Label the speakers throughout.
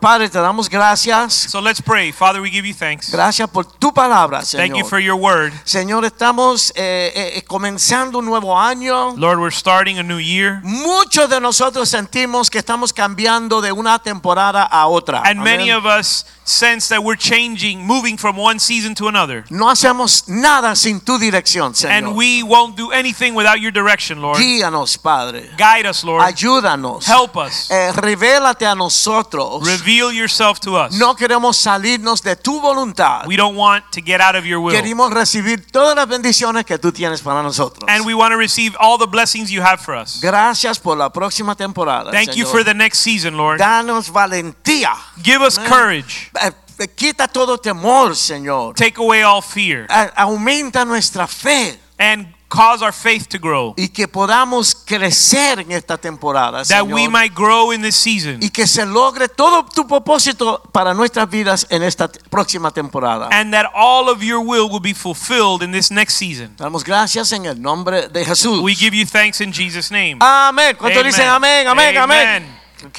Speaker 1: Padre, te damos gracias.
Speaker 2: So let's pray. Father, we give you thanks.
Speaker 1: Gracias por tu palabra,
Speaker 2: Thank you for
Speaker 1: Señor.
Speaker 2: your word.
Speaker 1: Señor, estamos eh, eh, eh, comenzando un nuevo año.
Speaker 2: Lord, we're starting a new year,
Speaker 1: Muchos de nosotros sentimos que estamos cambiando de una temporada a otra.
Speaker 2: and many
Speaker 1: Amén.
Speaker 2: of us sense that we're changing, moving from one season to another.
Speaker 1: no hacemos nada sin tu dirección, Señor.
Speaker 2: And we won't do anything without your direction, Lord.
Speaker 1: Guíanos, Padre.
Speaker 2: Guide us, Lord.
Speaker 1: Ayúdanos.
Speaker 2: Help us.
Speaker 1: Eh, revélate a nosotros.
Speaker 2: Reveal yourself to us.
Speaker 1: No queremos salirnos de tu voluntad.
Speaker 2: We don't want to get out of your will,
Speaker 1: Queremos recibir todas las bendiciones que tú tienes para nosotros.
Speaker 2: and we want to receive all the blessings you have for us.
Speaker 1: Gracias por la próxima temporada.
Speaker 2: Thank you
Speaker 1: Señor.
Speaker 2: for the next season, Lord.
Speaker 1: Danos valentía.
Speaker 2: Give us
Speaker 1: Amen.
Speaker 2: courage.
Speaker 1: Eh, eh, Quita todo temor, Señor.
Speaker 2: Take away all fear
Speaker 1: A- Aumenta nuestra fe
Speaker 2: and cause our faith to grow,
Speaker 1: y que podamos crecer en esta temporada,
Speaker 2: that we
Speaker 1: Señor.
Speaker 2: might grow in this season.
Speaker 1: Y que se logre todo tu propósito para nuestras vidas en esta t- próxima temporada.
Speaker 2: and that all of your will will be fulfilled in this next season.
Speaker 1: Damos gracias en el nombre de Jesús.
Speaker 2: We give you thanks in Jesus' name.
Speaker 1: Amén. ¿Cuántos
Speaker 2: Amen.
Speaker 1: dicen amén, amén, amén?
Speaker 2: Amen.
Speaker 1: Ok.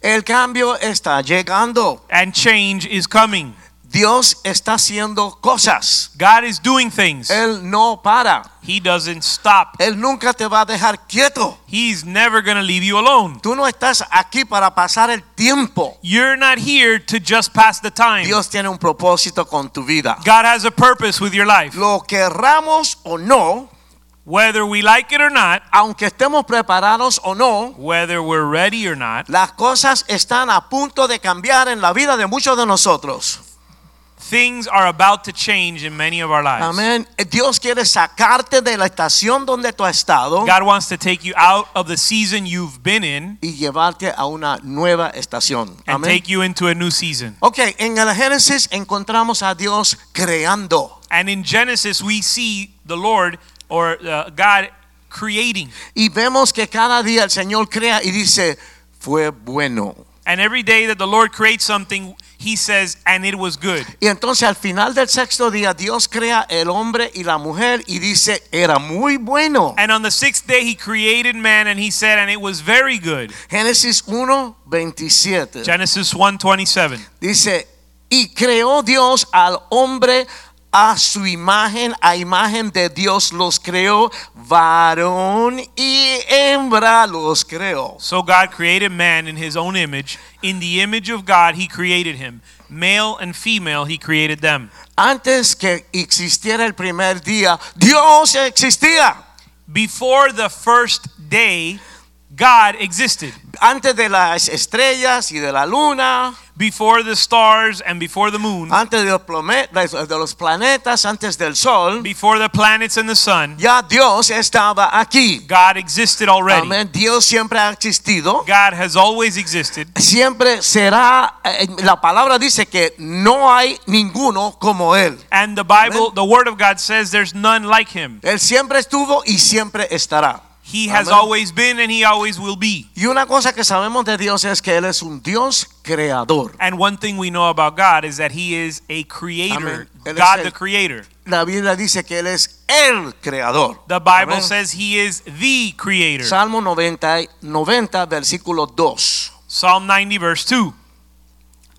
Speaker 1: El cambio está llegando.
Speaker 2: And change is coming.
Speaker 1: Dios está haciendo cosas.
Speaker 2: God is doing things.
Speaker 1: Él no para.
Speaker 2: He doesn't stop.
Speaker 1: Él nunca te va a dejar quieto.
Speaker 2: He's never going to leave you alone.
Speaker 1: Tú no estás aquí para pasar el tiempo.
Speaker 2: You're not here to just pass the time.
Speaker 1: Dios tiene un propósito con tu vida.
Speaker 2: God has a purpose with your life.
Speaker 1: Lo querramos o no,
Speaker 2: Whether we like it or not,
Speaker 1: aunque estemos preparados o no,
Speaker 2: whether we're ready or not,
Speaker 1: las cosas están a punto de cambiar en la vida de muchos de nosotros.
Speaker 2: things are about to change in many of our lives.
Speaker 1: Amén. Dios quiere sacarte de la estación donde tú has estado
Speaker 2: God wants to take you out of the season you've been in
Speaker 1: y llevarte a una nueva estación.
Speaker 2: and
Speaker 1: Amén.
Speaker 2: take you into a new season.
Speaker 1: Ok, en el Génesis encontramos a Dios creando.
Speaker 2: And in Genesis, we see the Lord or uh, God creating.
Speaker 1: Y vemos que cada día el Señor crea y dice, fue bueno.
Speaker 2: And every day that the Lord creates something, he says, and it was good.
Speaker 1: Y entonces al final del sexto día Dios crea el hombre y la mujer y dice, era muy bueno.
Speaker 2: And on the sixth day, he created man and he said, and it was very good.
Speaker 1: Génesis 1, 27.
Speaker 2: Genesis 1:27.
Speaker 1: Dice, y creó Dios al hombre a su imagen, a imagen de Dios los creó, varón y hembra los creó.
Speaker 2: So God created man in his own image. In the image of God, he created him. Male and female, he created them.
Speaker 1: Antes que existiera el primer día, Dios existía.
Speaker 2: Before the first day, God existed.
Speaker 1: antes de las estrellas y de la luna,
Speaker 2: Before the stars and before the moon,
Speaker 1: antes de los, plome- de los planetas, antes del sol,
Speaker 2: before the planets and the sun,
Speaker 1: ya Dios estaba aquí.
Speaker 2: God existed already.
Speaker 1: Amén. Dios siempre ha existido.
Speaker 2: God has always existed.
Speaker 1: Siempre será, eh, la palabra dice que no hay ninguno como Él.
Speaker 2: And the Bible, the Word of God says there's none like him.
Speaker 1: Él siempre estuvo y siempre estará.
Speaker 2: He has
Speaker 1: Amen.
Speaker 2: always been and he always will be.
Speaker 1: Y una cosa que sabemos de Dios es que Él es un Dios creador.
Speaker 2: And one thing we know about God is that he is a creator,
Speaker 1: Amen. Él es
Speaker 2: God
Speaker 1: el-
Speaker 2: the creator.
Speaker 1: La Biblia dice que Él es el creador.
Speaker 2: The Bible
Speaker 1: Amen.
Speaker 2: says he is the creator.
Speaker 1: Salmo 90, y- 90 versículo 2.
Speaker 2: Psalm 90 verse 2.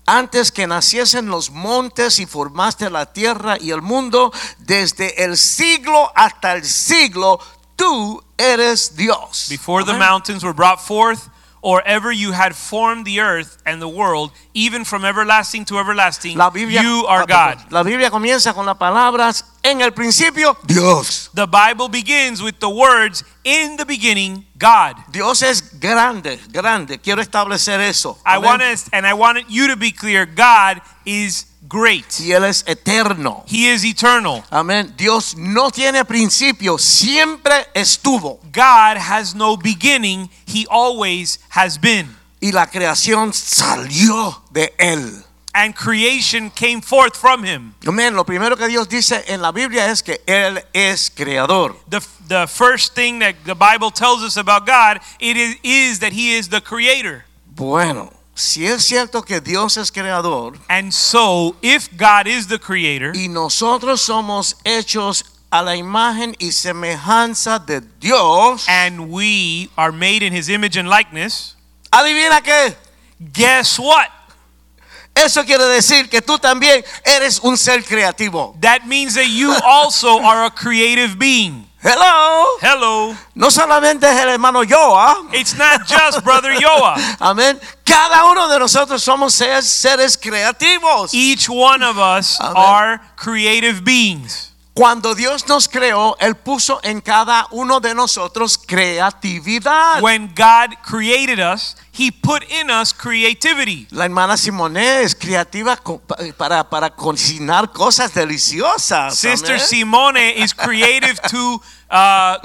Speaker 1: Antes que naciesen los montes y formaste la tierra y el mundo, desde el siglo hasta el siglo, tú eres Dios.
Speaker 2: Before the
Speaker 1: Amén.
Speaker 2: mountains were brought forth or ever you had formed the earth and the world, even from everlasting to everlasting,
Speaker 1: la Biblia,
Speaker 2: you are
Speaker 1: ah, perdón.
Speaker 2: God.
Speaker 1: La Biblia comienza con las palabras en el principio, Dios.
Speaker 2: The Bible begins with the words, in the beginning, God.
Speaker 1: Dios es grande, grande. Quiero establecer eso.
Speaker 2: I
Speaker 1: Amén.
Speaker 2: want us, and I wanted you to be clear. God is great.
Speaker 1: Y Él es eterno.
Speaker 2: He is eternal.
Speaker 1: Amén. Dios no tiene principio, siempre estuvo.
Speaker 2: God has no beginning. He always has been.
Speaker 1: Y la creación salió de Él.
Speaker 2: and creation came forth from him.
Speaker 1: Amén. Lo primero que Dios dice en la Biblia es que Él es creador.
Speaker 2: The, the first thing that the Bible tells us about God it is, is that he is the creator.
Speaker 1: Bueno, si es cierto que Dios es creador
Speaker 2: And so, if God is the creator
Speaker 1: y nosotros somos hechos a la imagen y semejanza de Dios,
Speaker 2: and we are made in his image and likeness,
Speaker 1: adivina qué.
Speaker 2: guess what?
Speaker 1: Eso quiere decir que tú también eres un ser creativo.
Speaker 2: That means that you also are a creative being.
Speaker 1: Hello.
Speaker 2: Hello.
Speaker 1: No solamente es el hermano Yoa.
Speaker 2: It's not just brother Yoa.
Speaker 1: Amén. Cada uno de nosotros somos seres, seres creativos. Y
Speaker 2: Each one of us
Speaker 1: Amen.
Speaker 2: are creative beings.
Speaker 1: cuando Dios nos creó, Él puso en cada uno de nosotros creatividad.
Speaker 2: When God created us, he put in us creativity.
Speaker 1: La hermana Simone es creativa co- pa- eh, para, para cocinar cosas deliciosas.
Speaker 2: Sister
Speaker 1: Amén.
Speaker 2: Simone is creative to uh,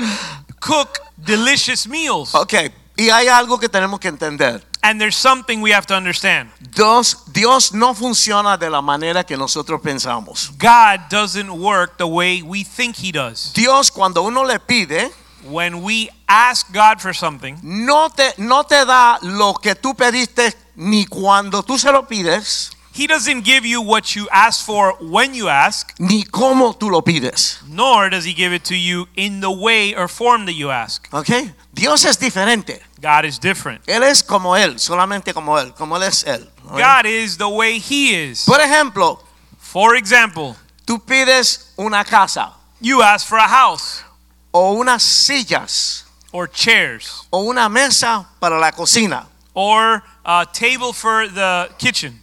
Speaker 2: cook delicious meals.
Speaker 1: Ok, y hay algo que tenemos que entender.
Speaker 2: And there's something we have to understand.
Speaker 1: Dios, Dios no funciona de la manera que nosotros pensamos.
Speaker 2: God doesn't work the way we think he does.
Speaker 1: Dios cuando uno le pide,
Speaker 2: When we ask God for something,
Speaker 1: no te, no te da lo que tú pediste ni cuando tú se lo pides,
Speaker 2: he doesn't give you what you ask for when you ask,
Speaker 1: ni cómo tú lo pides.
Speaker 2: nor does he give it to you in the way or form that you ask.
Speaker 1: ¿Ok? Dios es diferente.
Speaker 2: God is different.
Speaker 1: Él es como Él, solamente como Él, como Él es Él. ¿ok?
Speaker 2: God is the way he is.
Speaker 1: Por ejemplo,
Speaker 2: For example,
Speaker 1: tú pides una casa
Speaker 2: you ask for a house
Speaker 1: o unas sillas
Speaker 2: or chairs
Speaker 1: o una mesa para la cocina.
Speaker 2: or a table for the kitchen.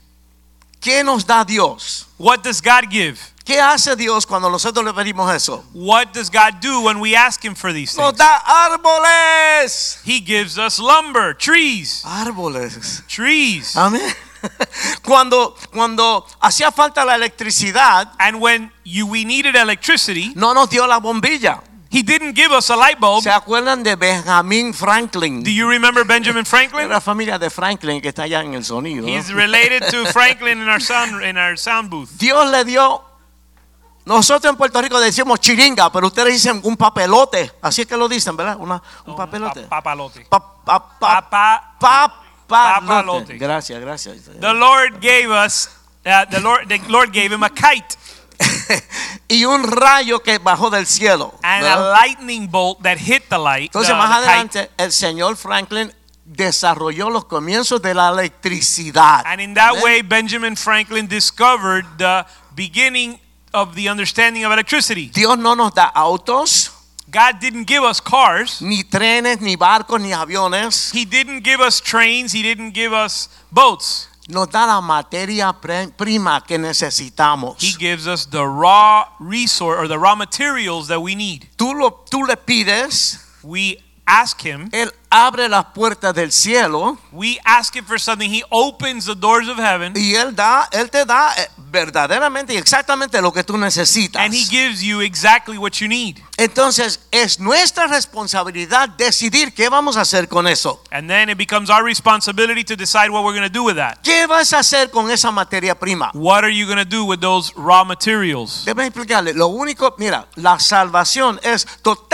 Speaker 1: ¿Qué nos da Dios?
Speaker 2: What does God give?
Speaker 1: ¿Qué hace Dios cuando nosotros le pedimos eso?
Speaker 2: What does God do when we ask him for these
Speaker 1: Nos
Speaker 2: things?
Speaker 1: da árboles.
Speaker 2: He gives us lumber, trees,
Speaker 1: Árboles.
Speaker 2: trees.
Speaker 1: Amén. Cuando, cuando hacía falta la electricidad,
Speaker 2: And when you we needed electricity,
Speaker 1: no nos dio la bombilla.
Speaker 2: he didn't give us a light bulb.
Speaker 1: ¿Se acuerdan de Benjamin Franklin?
Speaker 2: Do you remember Benjamin
Speaker 1: Era
Speaker 2: Franklin?
Speaker 1: la familia de Franklin que está allá en el sonido. ¿no?
Speaker 2: He's related to Franklin in our sound in our sound booth.
Speaker 1: Dios le dio. Nosotros en Puerto Rico decimos chiringa, pero ustedes dicen un papelote. Así es que lo dicen, ¿verdad? Una- un papelote.
Speaker 2: Pa- papalote.
Speaker 1: Pa- pa- pa-
Speaker 2: Papa-
Speaker 1: Papalote.
Speaker 2: Papalote.
Speaker 1: Gracias, gracias.
Speaker 2: The Lord gave us uh, the Lord the Lord gave him a kite
Speaker 1: y un rayo que bajó del cielo.
Speaker 2: and
Speaker 1: ¿verdad?
Speaker 2: a lightning bolt that hit the light. the-
Speaker 1: Entonces más
Speaker 2: the kite.
Speaker 1: adelante el señor Franklin desarrolló los comienzos de la electricidad.
Speaker 2: And in that
Speaker 1: Amén.
Speaker 2: way Benjamin Franklin discovered the beginning of the understanding of electricity.
Speaker 1: Dios no nos da autos,
Speaker 2: God didn't give us cars.
Speaker 1: ni trenes, ni barcos, ni aviones.
Speaker 2: He didn't give us trains, he didn't give us boats.
Speaker 1: Nos da la materia pre- prima que
Speaker 2: He
Speaker 1: necesitamos.
Speaker 2: gives us the raw resource or the raw materials that we need.
Speaker 1: Tú, lo, tú le pides,
Speaker 2: We ask him,
Speaker 1: Él abre las puertas del cielo
Speaker 2: we ask him for something, he opens the doors of heaven
Speaker 1: y Él, da, él te da eh, verdaderamente y exactamente lo que tú necesitas.
Speaker 2: and he gives you exactly what you need.
Speaker 1: Entonces es nuestra responsabilidad decidir qué vamos a hacer con eso.
Speaker 2: And then it becomes our responsibility to decide what we're going to do with that.
Speaker 1: ¿Qué vas a hacer con esa materia prima?
Speaker 2: What are you going to do with those raw materials?
Speaker 1: Déjame explicarle, lo único, mira, la salvación es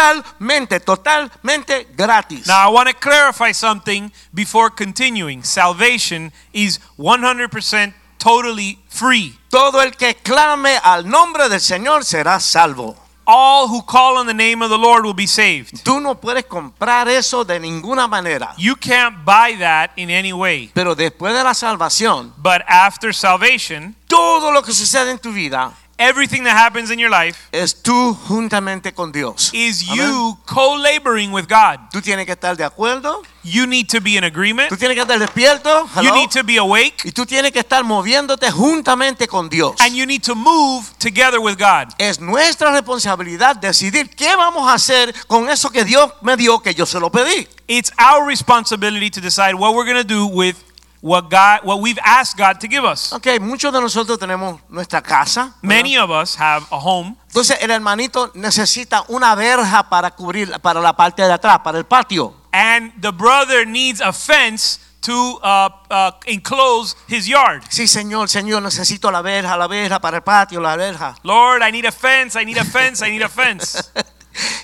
Speaker 1: totalmente, totalmente gratis.
Speaker 2: Now, I want to clarify something before continuing. Salvation is 100% totally free.
Speaker 1: Todo el que clame al nombre del Señor será salvo.
Speaker 2: All who call on the name of the Lord will be saved.
Speaker 1: Tú no puedes comprar eso de ninguna manera.
Speaker 2: You can't buy that in any way.
Speaker 1: Pero después de la salvación,
Speaker 2: But after salvation,
Speaker 1: todo lo que sucede en tu vida
Speaker 2: everything that happens in your life
Speaker 1: es tú juntamente con Dios.
Speaker 2: is
Speaker 1: Amén.
Speaker 2: you co-laboring with God.
Speaker 1: Tú tienes que estar de acuerdo,
Speaker 2: You need to be in agreement.
Speaker 1: tú tienes que estar despierto,
Speaker 2: You
Speaker 1: hello,
Speaker 2: need to be awake
Speaker 1: y tú tienes que estar moviéndote juntamente con Dios.
Speaker 2: and you need to move together with God.
Speaker 1: Es nuestra responsabilidad decidir qué vamos a hacer con eso que Dios me dio, que yo se lo pedí.
Speaker 2: It's our responsibility to decide what we're going to do with what God what we've asked God to give us.
Speaker 1: Ok, muchos de nosotros tenemos nuestra casa. ¿verdad?
Speaker 2: Many of us have a home
Speaker 1: Entonces el hermanito necesita una verja para cubrir, para la parte de atrás, para el patio.
Speaker 2: and the brother needs a fence to uh, uh, enclose his yard.
Speaker 1: Sí, Señor, Señor, necesito la verja, la verja para el patio, la verja.
Speaker 2: Lord, I need a fence, I need a fence, I need a fence.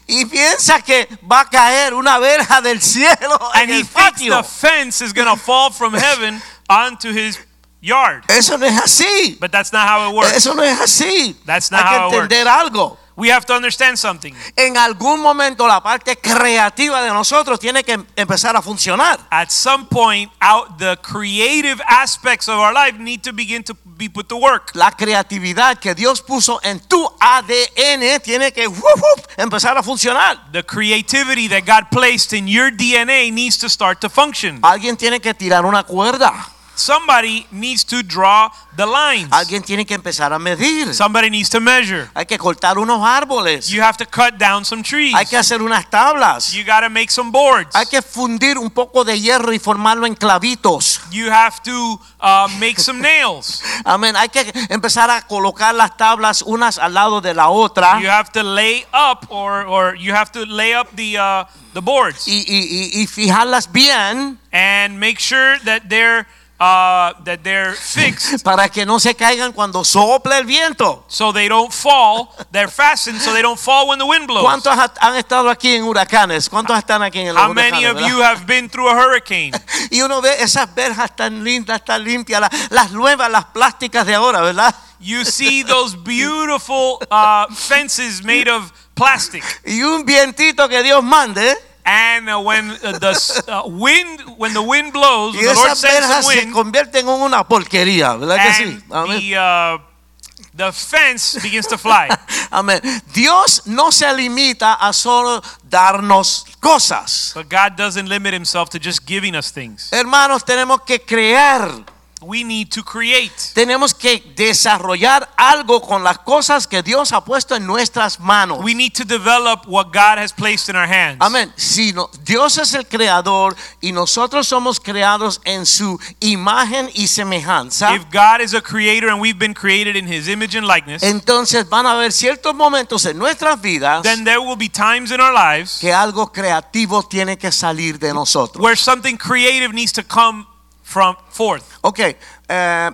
Speaker 1: Y piensa que va a caer una verja del cielo en
Speaker 2: And he
Speaker 1: el
Speaker 2: thinks the
Speaker 1: patio.
Speaker 2: fence is going to fall from heaven onto his yard.
Speaker 1: Eso no es así.
Speaker 2: But that's not how it works.
Speaker 1: Eso no es así.
Speaker 2: That's not
Speaker 1: Hay que
Speaker 2: how it works.
Speaker 1: entender algo.
Speaker 2: We have to understand something.
Speaker 1: En algún momento la parte creativa de nosotros tiene que em- empezar a funcionar.
Speaker 2: At some point, out the creative aspects of our life need to begin to be put to work.
Speaker 1: La creatividad que Dios puso en tu ADN tiene que ¡wup, wup! empezar a funcionar.
Speaker 2: The creativity that God placed in your DNA needs to start to function.
Speaker 1: Alguien tiene que tirar una cuerda.
Speaker 2: Somebody needs to draw the lines.
Speaker 1: Alguien tiene que empezar a medir.
Speaker 2: Somebody needs to measure.
Speaker 1: Hay que cortar unos árboles.
Speaker 2: You have to cut down some trees.
Speaker 1: Hay que hacer unas tablas.
Speaker 2: You got to make some boards.
Speaker 1: Hay que fundir un poco de hierro y formarlo en clavitos.
Speaker 2: You have to uh, make some nails.
Speaker 1: Amén. Hay que empezar a colocar las tablas unas al lado de la otra.
Speaker 2: You have to lay up, or or you have to lay up the uh, the boards
Speaker 1: Y, y- y- y fijarlas bien
Speaker 2: and make sure that they're uh, that they're fixed
Speaker 1: para que no se caigan cuando sople el viento.
Speaker 2: so they don't fall. They're fastened so they don't fall when the wind blows.
Speaker 1: ¿Cuántos ha- han estado aquí en huracanes? ¿Cuántos están aquí en el
Speaker 2: How many of you have been through a hurricane?
Speaker 1: Y uno ve esas verjas tan lindas, tan limpias, la- las nuevas, las plásticas de ahora, ¿verdad?
Speaker 2: You see those beautiful uh, fences made of plastic,
Speaker 1: Y un vientito que Dios mande. ¿eh?
Speaker 2: and uh, when uh, the s- uh, wind when the wind blows,
Speaker 1: Y
Speaker 2: when the Lord
Speaker 1: esas
Speaker 2: sends
Speaker 1: verjas
Speaker 2: some
Speaker 1: se
Speaker 2: wind,
Speaker 1: convierten en una porquería, ¿verdad que
Speaker 2: and
Speaker 1: sí? Amén.
Speaker 2: the uh, the fence begins to fly.
Speaker 1: Amén. Dios no se limita a solo darnos cosas.
Speaker 2: But God doesn't limit himself to just giving us things.
Speaker 1: Hermanos, tenemos que crear,
Speaker 2: We need to create.
Speaker 1: tenemos que desarrollar algo con las cosas que Dios ha puesto en nuestras manos.
Speaker 2: We need to develop what God has placed in our hands.
Speaker 1: Amén. Si no- Dios es el creador y nosotros somos creados en su imagen y semejanza,
Speaker 2: If God is a creator and we've been created in his image and likeness,
Speaker 1: entonces van a haber ciertos momentos en nuestras vidas
Speaker 2: then there will be times in our lives
Speaker 1: que algo creativo tiene que salir de nosotros.
Speaker 2: where something creative needs to come from forth.
Speaker 1: Ok, eh,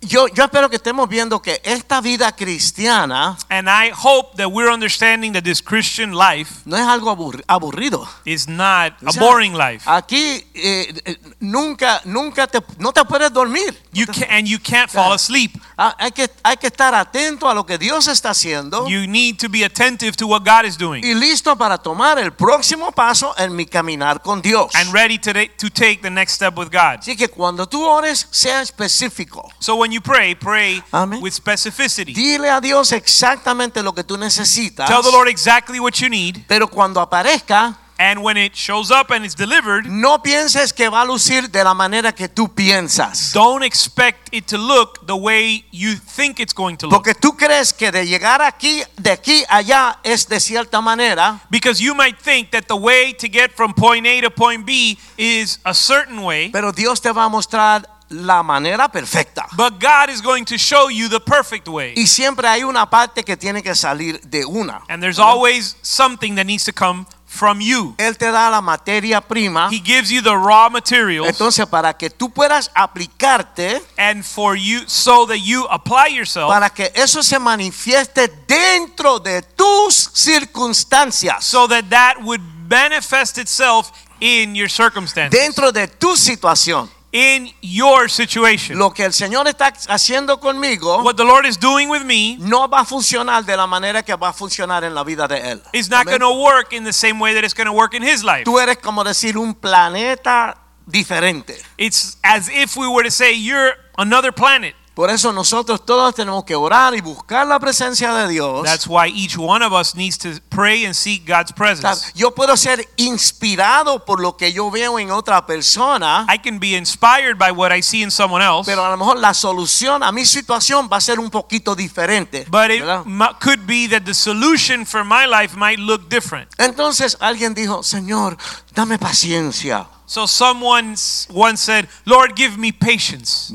Speaker 1: yo, yo espero que estemos viendo que esta vida cristiana
Speaker 2: And I hope that we're understanding that this Christian life
Speaker 1: no es algo aburri- aburrido.
Speaker 2: is not Uh,
Speaker 1: O
Speaker 2: a
Speaker 1: sea,
Speaker 2: boring life.
Speaker 1: Aquí eh, eh, nunca, nunca te, no te puedes dormir.
Speaker 2: You can and you can't fall asleep.
Speaker 1: Ah, Hay que, hay que estar atento a lo que Dios está haciendo
Speaker 2: You need to be attentive to what God is doing
Speaker 1: y listo para tomar el próximo paso en mi caminar con Dios.
Speaker 2: and ready to, to take the next step with God.
Speaker 1: Así que cuando tú ores, sea específico.
Speaker 2: So when you pray, pray
Speaker 1: Amén.
Speaker 2: with specificity.
Speaker 1: Dile a Dios exactamente lo que tú necesitas.
Speaker 2: Tell the Lord exactly what you need,
Speaker 1: Pero cuando aparezca,
Speaker 2: and when it shows up and it's delivered,
Speaker 1: No pienses que va a lucir de la manera que tú piensas.
Speaker 2: don't expect it to look the way you think it's going to look.
Speaker 1: Porque tú crees que de llegar aquí, de aquí a allá, es de cierta manera.
Speaker 2: Because you might think that the way to get from point A to point B is a certain way,
Speaker 1: Pero Dios te va a mostrar la manera perfecta.
Speaker 2: but God is going to show you the perfect way.
Speaker 1: Y siempre hay una parte que tiene que salir de una.
Speaker 2: And there's always something that needs to come from you.
Speaker 1: Él te da la materia prima.
Speaker 2: He gives you the raw materials,
Speaker 1: Entonces, para que tú puedas aplicarte,
Speaker 2: and for you, so that you apply yourself.
Speaker 1: para que eso se manifieste dentro de tus circunstancias,
Speaker 2: so that that would manifest itself in your circumstances,
Speaker 1: dentro de tu situación.
Speaker 2: in your situation.
Speaker 1: Lo que el Señor está haciendo conmigo.
Speaker 2: What the Lord is doing with me
Speaker 1: no va a funcionar de la manera que va a funcionar en la vida de él.
Speaker 2: is not
Speaker 1: Amén.
Speaker 2: going to work in the same way that it's going to work in His life.
Speaker 1: Tú eres como decir un planeta diferente.
Speaker 2: It's as if we were to say, You're another planet.
Speaker 1: Por eso nosotros todos tenemos que orar y buscar la presencia de Dios.
Speaker 2: That's why each one of us needs to pray and seek God's presence.
Speaker 1: Yo puedo ser inspirado por lo que yo veo en otra persona,
Speaker 2: I can be inspired by what I see in someone else,
Speaker 1: pero a lo mejor la solución a mi situación va a ser un poquito diferente.
Speaker 2: but it
Speaker 1: ¿verdad?
Speaker 2: mu- could be that the solution for my life might look different.
Speaker 1: Entonces alguien dijo, Señor, dame paciencia.
Speaker 2: So someone s- once said, Lord, give me patience.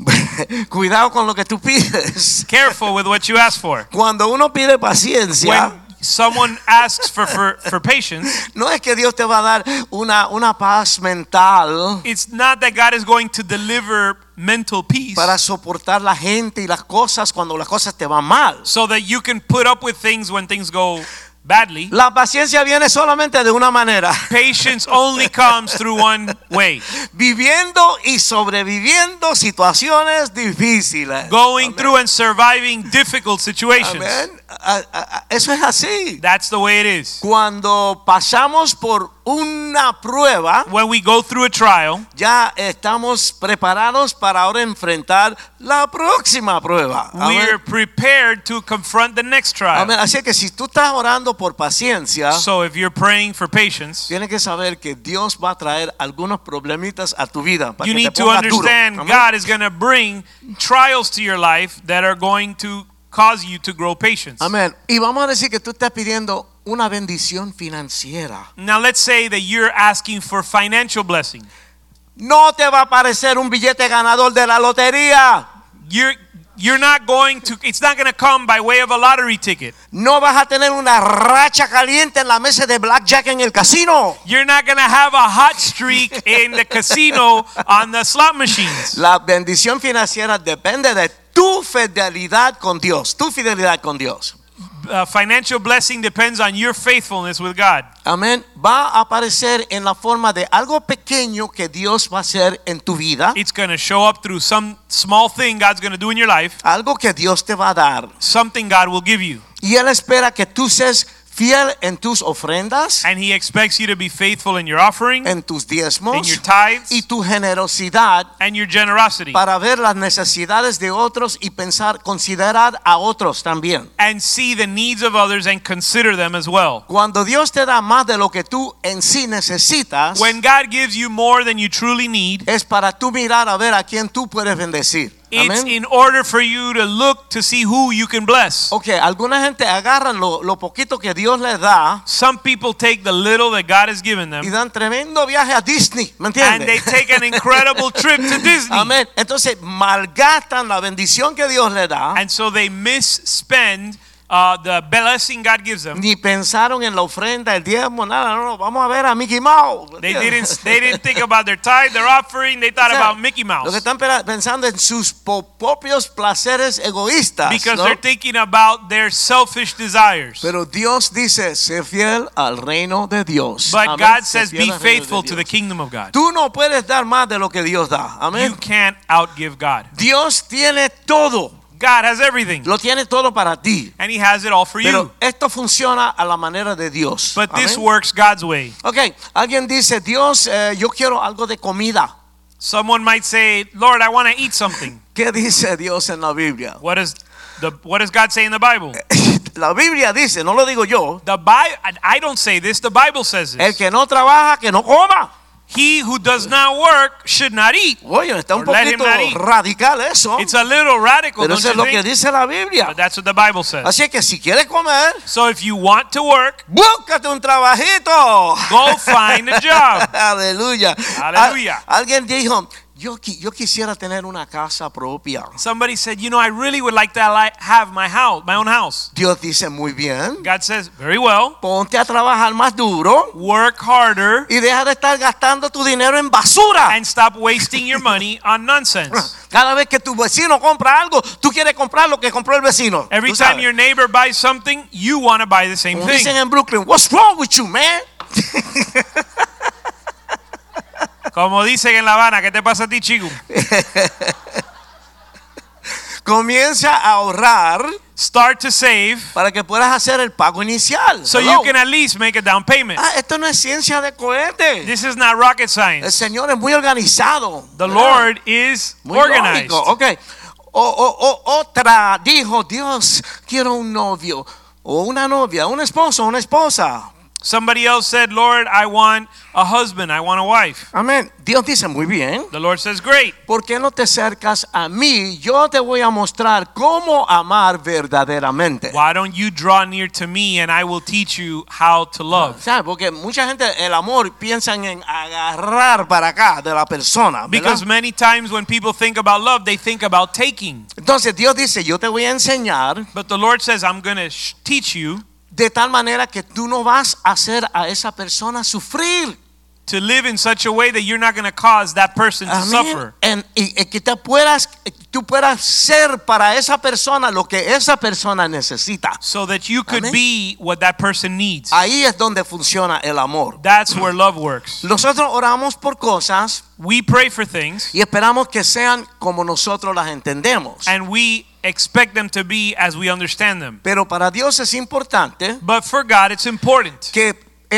Speaker 1: Cuidado con lo que tú pides.
Speaker 2: Careful with what you ask for.
Speaker 1: Cuando uno pide paciencia,
Speaker 2: when someone asks for, for, for patience,
Speaker 1: No es que Dios te va a dar una, una paz mental
Speaker 2: it's not that God is going to deliver mental peace
Speaker 1: para soportar la gente y las cosas cuando las cosas te van mal.
Speaker 2: so that you can put up with things when things go badly.
Speaker 1: La paciencia viene solamente de una manera,
Speaker 2: Patience only comes through one way
Speaker 1: viviendo y sobreviviendo situaciones difíciles.
Speaker 2: going through and surviving difficult situations.
Speaker 1: Amén. A- a- a- Eso es así.
Speaker 2: That's the way it is.
Speaker 1: Cuando pasamos por una prueba,
Speaker 2: When we go through a trial,
Speaker 1: ya estamos preparados para ahora enfrentar la próxima prueba.
Speaker 2: we're
Speaker 1: Amén.
Speaker 2: prepared to confront the next trial.
Speaker 1: Amén. Así que si tú estás orando por paciencia,
Speaker 2: So if you're praying for patience,
Speaker 1: tienes que saber que Dios va a traer algunos problemitas a tu vida para
Speaker 2: you
Speaker 1: que
Speaker 2: need
Speaker 1: te
Speaker 2: to
Speaker 1: pongas duro.
Speaker 2: understand
Speaker 1: Amén.
Speaker 2: God is going to bring trials to your life that are going to cause you to grow patience.
Speaker 1: Amén. Y vamos a decir que tú estás pidiendo una bendición financiera.
Speaker 2: Now let's say that you're asking for financial blessing.
Speaker 1: No te va a aparecer un billete ganador de la lotería.
Speaker 2: You're you're not going to it's not going to come by way of a lottery ticket.
Speaker 1: No vas a tener una racha caliente en la mesa de blackjack en el casino.
Speaker 2: You're not going to have a hot streak in the casino on the slot machines.
Speaker 1: La bendición financiera depende de tu fidelidad con Dios, tu fidelidad con Dios.
Speaker 2: Uh, financial blessing depends on your faithfulness with God.
Speaker 1: Amén. Va a aparecer en la forma de algo pequeño que Dios va a hacer en tu vida,
Speaker 2: It's going to show up through some small thing God's going to do in your life,
Speaker 1: algo que Dios te va a dar.
Speaker 2: something God will give you.
Speaker 1: Y Él espera que tú seas fiel en tus ofrendas,
Speaker 2: And he expects you to be faithful in your offering
Speaker 1: en tus
Speaker 2: in
Speaker 1: diezmos
Speaker 2: your tithes
Speaker 1: y tu generosidad
Speaker 2: and your generosity
Speaker 1: para ver las necesidades de otros y pensar, considerar a otros también.
Speaker 2: and see the needs of others and consider them as well.
Speaker 1: Cuando Dios te da más de lo que tú en sí necesitas,
Speaker 2: When God gives you more than you truly need,
Speaker 1: es para tú mirar a ver a quién tú puedes bendecir.
Speaker 2: it's
Speaker 1: Amén.
Speaker 2: in order for you to look to see who you can bless.
Speaker 1: Ok, alguna gente agarran lo, lo poquito que Dios les da
Speaker 2: Some people take the little that God has given
Speaker 1: y
Speaker 2: them
Speaker 1: dan tremendo viaje a Disney, ¿me
Speaker 2: and they
Speaker 1: entiendes?
Speaker 2: take an incredible trip to Disney.
Speaker 1: Amén. Entonces malgastan la bendición que Dios les da.
Speaker 2: And so they misspend uh, the blessing God gives them.
Speaker 1: Ni pensaron en la ofrenda, el diezmo, nada, no, no, vamos a ver a Mickey Mouse. ¿me
Speaker 2: They
Speaker 1: entiendes?
Speaker 2: didn't they didn't think about their tithe, their offering, they
Speaker 1: O
Speaker 2: thought
Speaker 1: sea,
Speaker 2: about Mickey
Speaker 1: Lo que
Speaker 2: Mouse.
Speaker 1: están pera- pensando en sus po- propios placeres egoístas.
Speaker 2: Because
Speaker 1: ¿no?
Speaker 2: they're thinking about their selfish desires.
Speaker 1: Pero Dios dice, sé fiel al reino de Dios.
Speaker 2: But
Speaker 1: Amén.
Speaker 2: God
Speaker 1: Sé
Speaker 2: says,
Speaker 1: fiel
Speaker 2: be
Speaker 1: al reino de
Speaker 2: faithful to
Speaker 1: Dios.
Speaker 2: the kingdom of God.
Speaker 1: Tú no puedes dar más de lo que Dios da.
Speaker 2: You
Speaker 1: Amén.
Speaker 2: can't outgive God.
Speaker 1: Dios tiene todo.
Speaker 2: God has everything,
Speaker 1: Lo tiene todo para ti.
Speaker 2: and He has it all for you.
Speaker 1: Pero esto funciona a la manera de Dios.
Speaker 2: But this
Speaker 1: Amén.
Speaker 2: works God's way.
Speaker 1: Ok, alguien dice, Dios, eh, yo quiero algo de comida.
Speaker 2: Someone might say, Lord, I want to eat something.
Speaker 1: ¿Qué dice Dios en la Biblia?
Speaker 2: What is the what does God say in the Bible?
Speaker 1: La Biblia dice, no lo digo yo,
Speaker 2: The Bible I don't say this, the Bible says
Speaker 1: el
Speaker 2: this.
Speaker 1: que no trabaja, que no coma.
Speaker 2: He who does not work should not eat.
Speaker 1: Oye, está un
Speaker 2: Or let him
Speaker 1: poquito
Speaker 2: not eat.
Speaker 1: radical eso.
Speaker 2: It's a little radical,
Speaker 1: Pero
Speaker 2: don't
Speaker 1: eso es
Speaker 2: you
Speaker 1: lo que
Speaker 2: think?
Speaker 1: dice la Biblia.
Speaker 2: But that's what the Bible says.
Speaker 1: Así que si quieres comer,
Speaker 2: So if you want to work,
Speaker 1: búscate un trabajito.
Speaker 2: go find a job.
Speaker 1: Aleluya.
Speaker 2: Aleluya.
Speaker 1: Al- alguien dijo, yo, qui- yo quisiera tener una casa propia.
Speaker 2: Somebody said, you know, I really would like to li- have my house, my own house.
Speaker 1: Dios dice, muy bien,
Speaker 2: God says, very well,
Speaker 1: ponte a trabajar más duro
Speaker 2: work harder
Speaker 1: y deja de estar gastando tu dinero en basura.
Speaker 2: and stop wasting your money on nonsense.
Speaker 1: Cada vez que tu vecino compra algo, tú quieres comprar lo que compró el vecino.
Speaker 2: Every
Speaker 1: Tú
Speaker 2: time
Speaker 1: sabes.
Speaker 2: your neighbor buys something, you want to buy the same
Speaker 1: Como dicen
Speaker 2: thing.
Speaker 1: en Brooklyn, what's wrong with you, man?
Speaker 2: Como dicen en La Habana, ¿qué te pasa a ti, chico?
Speaker 1: Comienza a ahorrar
Speaker 2: Start to save
Speaker 1: para que puedas hacer el pago inicial.
Speaker 2: so
Speaker 1: Hello.
Speaker 2: you can at least make a down payment.
Speaker 1: Ah, esto no es ciencia de cohete.
Speaker 2: This is not rocket
Speaker 1: El
Speaker 2: science.
Speaker 1: Señor es muy organizado.
Speaker 2: The
Speaker 1: ¿verdad?
Speaker 2: Lord is
Speaker 1: Muy
Speaker 2: organized.
Speaker 1: lógico, ok. O, o- o- otra dijo, Dios, quiero un novio. O una novia, un esposo, una esposa.
Speaker 2: Somebody else said, Lord, I want a husband, I want a wife.
Speaker 1: Amén. Dios dice, muy bien.
Speaker 2: The Lord says, Great.
Speaker 1: ¿Por qué no te acercas a mí? Yo te voy a mostrar cómo amar verdaderamente.
Speaker 2: Why don't you draw near to me and I will teach you how to love?
Speaker 1: ¿Sabes? Porque mucha gente el amor piensan en agarrar para acá de la persona. ¿verdad?
Speaker 2: Because many times when people think about love, they think about taking.
Speaker 1: Entonces Dios dice, yo te voy a enseñar
Speaker 2: But the Lord says, I'm going to sh- teach you
Speaker 1: de tal manera que tú no vas a hacer a esa persona sufrir.
Speaker 2: to live in such a way that you're not going to cause that person to
Speaker 1: Amén.
Speaker 2: suffer.
Speaker 1: En- y, y que te puedas, tú puedas ser para esa persona lo que esa persona necesita.
Speaker 2: So that you could
Speaker 1: Amén.
Speaker 2: be what that person needs.
Speaker 1: Ahí es donde funciona el amor.
Speaker 2: That's where love works.
Speaker 1: Nosotros oramos por cosas
Speaker 2: We pray for things
Speaker 1: y esperamos que sean como nosotros las entendemos.
Speaker 2: and we expect them to be as we understand them.
Speaker 1: Pero para Dios es importante
Speaker 2: But for God, it's important
Speaker 1: que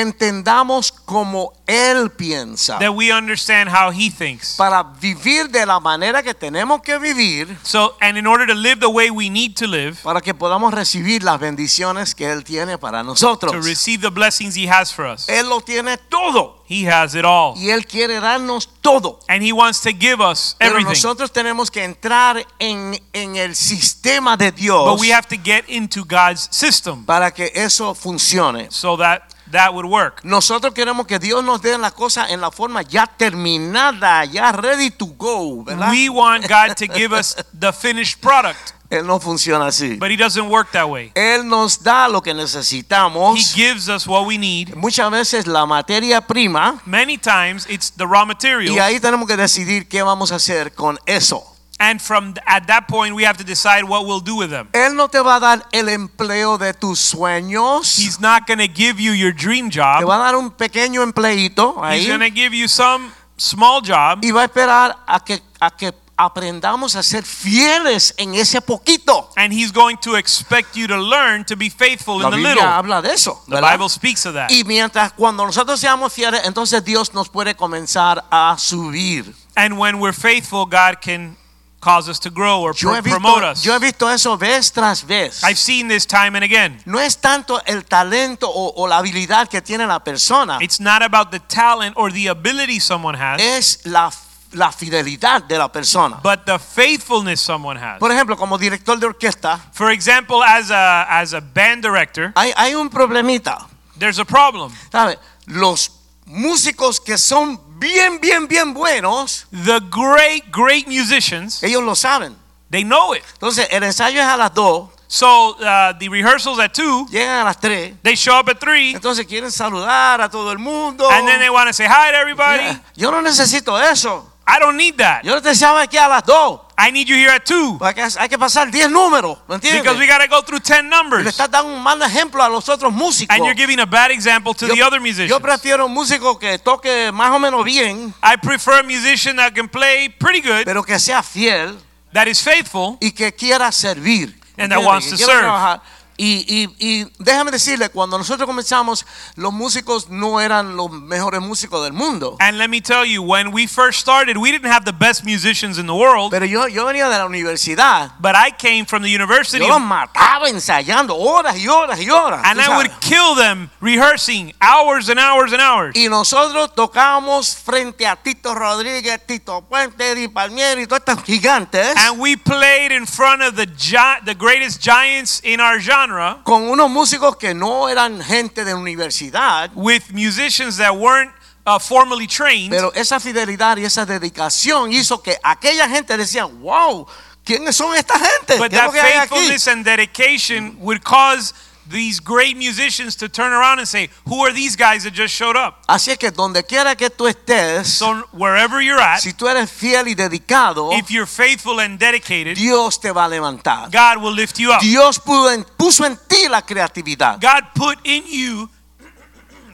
Speaker 1: entendamos como Él piensa.
Speaker 2: that we understand how He thinks.
Speaker 1: Para vivir de la manera que tenemos que vivir,
Speaker 2: So, and in order to live the way we need to live,
Speaker 1: para que podamos recibir las bendiciones que Él tiene para
Speaker 2: to
Speaker 1: nosotros.
Speaker 2: receive the blessings He has for us,
Speaker 1: Él lo tiene todo
Speaker 2: He has it all.
Speaker 1: y Él quiere darnos todo.
Speaker 2: And He wants to give us
Speaker 1: Pero
Speaker 2: everything.
Speaker 1: nosotros tenemos que entrar en, en el sistema de
Speaker 2: But
Speaker 1: Dios
Speaker 2: we have to get into God's system
Speaker 1: para que eso funcione.
Speaker 2: so that that would work.
Speaker 1: Nosotros queremos que Dios nos dé las cosas en la forma ya terminada, ya ready to go, ¿verdad?
Speaker 2: We want God to give us the finished product,
Speaker 1: Él no funciona así.
Speaker 2: but He doesn't work that way.
Speaker 1: Él nos da lo que
Speaker 2: He
Speaker 1: necesitamos.
Speaker 2: gives us what we need.
Speaker 1: Muchas veces la materia prima
Speaker 2: Many times it's the raw
Speaker 1: y
Speaker 2: material,
Speaker 1: ahí tenemos que decidir qué vamos a hacer con eso.
Speaker 2: and from th- at that point we have to decide what we'll do with them.
Speaker 1: Él no te va a dar el empleo de tus sueños.
Speaker 2: He's not going to give you your dream
Speaker 1: te
Speaker 2: job.
Speaker 1: va a dar un pequeño empleito
Speaker 2: He's
Speaker 1: ahí
Speaker 2: going to give you some small job,
Speaker 1: y va a esperar a que a que aprendamos a ser fieles en ese poquito.
Speaker 2: and He's going to expect you to learn to be faithful
Speaker 1: La
Speaker 2: in the
Speaker 1: Biblia
Speaker 2: little.
Speaker 1: habla de eso,
Speaker 2: The
Speaker 1: ¿verdad?
Speaker 2: Bible speaks of that.
Speaker 1: Y mientras cuando nosotros seamos fieles, entonces Dios nos puede comenzar a subir.
Speaker 2: And when we're faithful, God can cause us to grow or
Speaker 1: Yo
Speaker 2: pro-
Speaker 1: he visto,
Speaker 2: promote us.
Speaker 1: yo he visto eso vez tras vez.
Speaker 2: I've seen this time and again.
Speaker 1: No es tanto el talento o, o la habilidad que tiene la persona,
Speaker 2: It's not about the talent or the ability someone has.
Speaker 1: es la, la fidelidad de la persona.
Speaker 2: but the faithfulness someone has.
Speaker 1: Por ejemplo, como director de orquesta,
Speaker 2: For example, as a as a band director,
Speaker 1: hay, hay un problemita.
Speaker 2: there's a problem.
Speaker 1: ¿Sabe? Los músicos que son bien, bien, bien buenos,
Speaker 2: The great great musicians,
Speaker 1: ellos lo saben.
Speaker 2: they know it.
Speaker 1: Entonces, el ensayo es a las 2,
Speaker 2: So uh, the rehearsals at two,
Speaker 1: llegan a las 3,
Speaker 2: they show up at three,
Speaker 1: entonces quieren saludar a todo el mundo.
Speaker 2: and then they want to say hi to everybody.
Speaker 1: Mira, Yo no necesito eso.
Speaker 2: I don't need that.
Speaker 1: Yo necesitaba aquí a las 2.
Speaker 2: I need you here at two
Speaker 1: Porque hay que pasar 10 números, ¿me entiendes?
Speaker 2: because we got to go through ten
Speaker 1: Y le
Speaker 2: numbers,
Speaker 1: estás dando un mal ejemplo a los otros músicos.
Speaker 2: and you're giving a bad example to
Speaker 1: Yo-
Speaker 2: the other
Speaker 1: Yo
Speaker 2: musicians.
Speaker 1: prefiero un músico que toque más o menos bien,
Speaker 2: I prefer a musician that can play pretty good,
Speaker 1: pero que sea fiel
Speaker 2: that is faithful,
Speaker 1: y que quiera servir.
Speaker 2: And that
Speaker 1: ¿entiendes?
Speaker 2: wants
Speaker 1: Que
Speaker 2: to
Speaker 1: quiera
Speaker 2: serve.
Speaker 1: trabajar. Y, y, y déjame decirle, cuando nosotros comenzamos, los músicos no eran los mejores músicos del mundo.
Speaker 2: And let me tell you, when we first started, we didn't have the best musicians in the world,
Speaker 1: Pero yo, yo venía de la universidad.
Speaker 2: but I came from the university
Speaker 1: Yo los mataba ensayando horas y horas y horas. tú
Speaker 2: and I
Speaker 1: sabes.
Speaker 2: would kill them rehearsing hours and hours and hours.
Speaker 1: Y nosotros tocábamos frente a Tito Rodríguez, Tito Puente, Eddie Palmieri y todos estos gigantes.
Speaker 2: And we played in front of the gi- the greatest giants in our genre
Speaker 1: con unos músicos que no eran gente de universidad.
Speaker 2: with musicians that weren't uh, formally trained,
Speaker 1: Pero eh, esa fidelidad y esa dedicación hizo que aquella gente decía, wow, ¿quiénes son esta gente?
Speaker 2: but
Speaker 1: ¿Qué es lo
Speaker 2: Pues that
Speaker 1: que hay aquí?
Speaker 2: faithfulness and dedication would cause these great musicians to turn around and say, "Who are these guys that just showed up?"
Speaker 1: Así es que donde quiera que tú estés,
Speaker 2: So wherever you're at,
Speaker 1: si tú eres fiel y dedicado,
Speaker 2: if you're faithful and dedicated,
Speaker 1: Dios te va a levantar.
Speaker 2: God will lift you up.
Speaker 1: Dios pudo en- puso en ti la creatividad.
Speaker 2: God put in you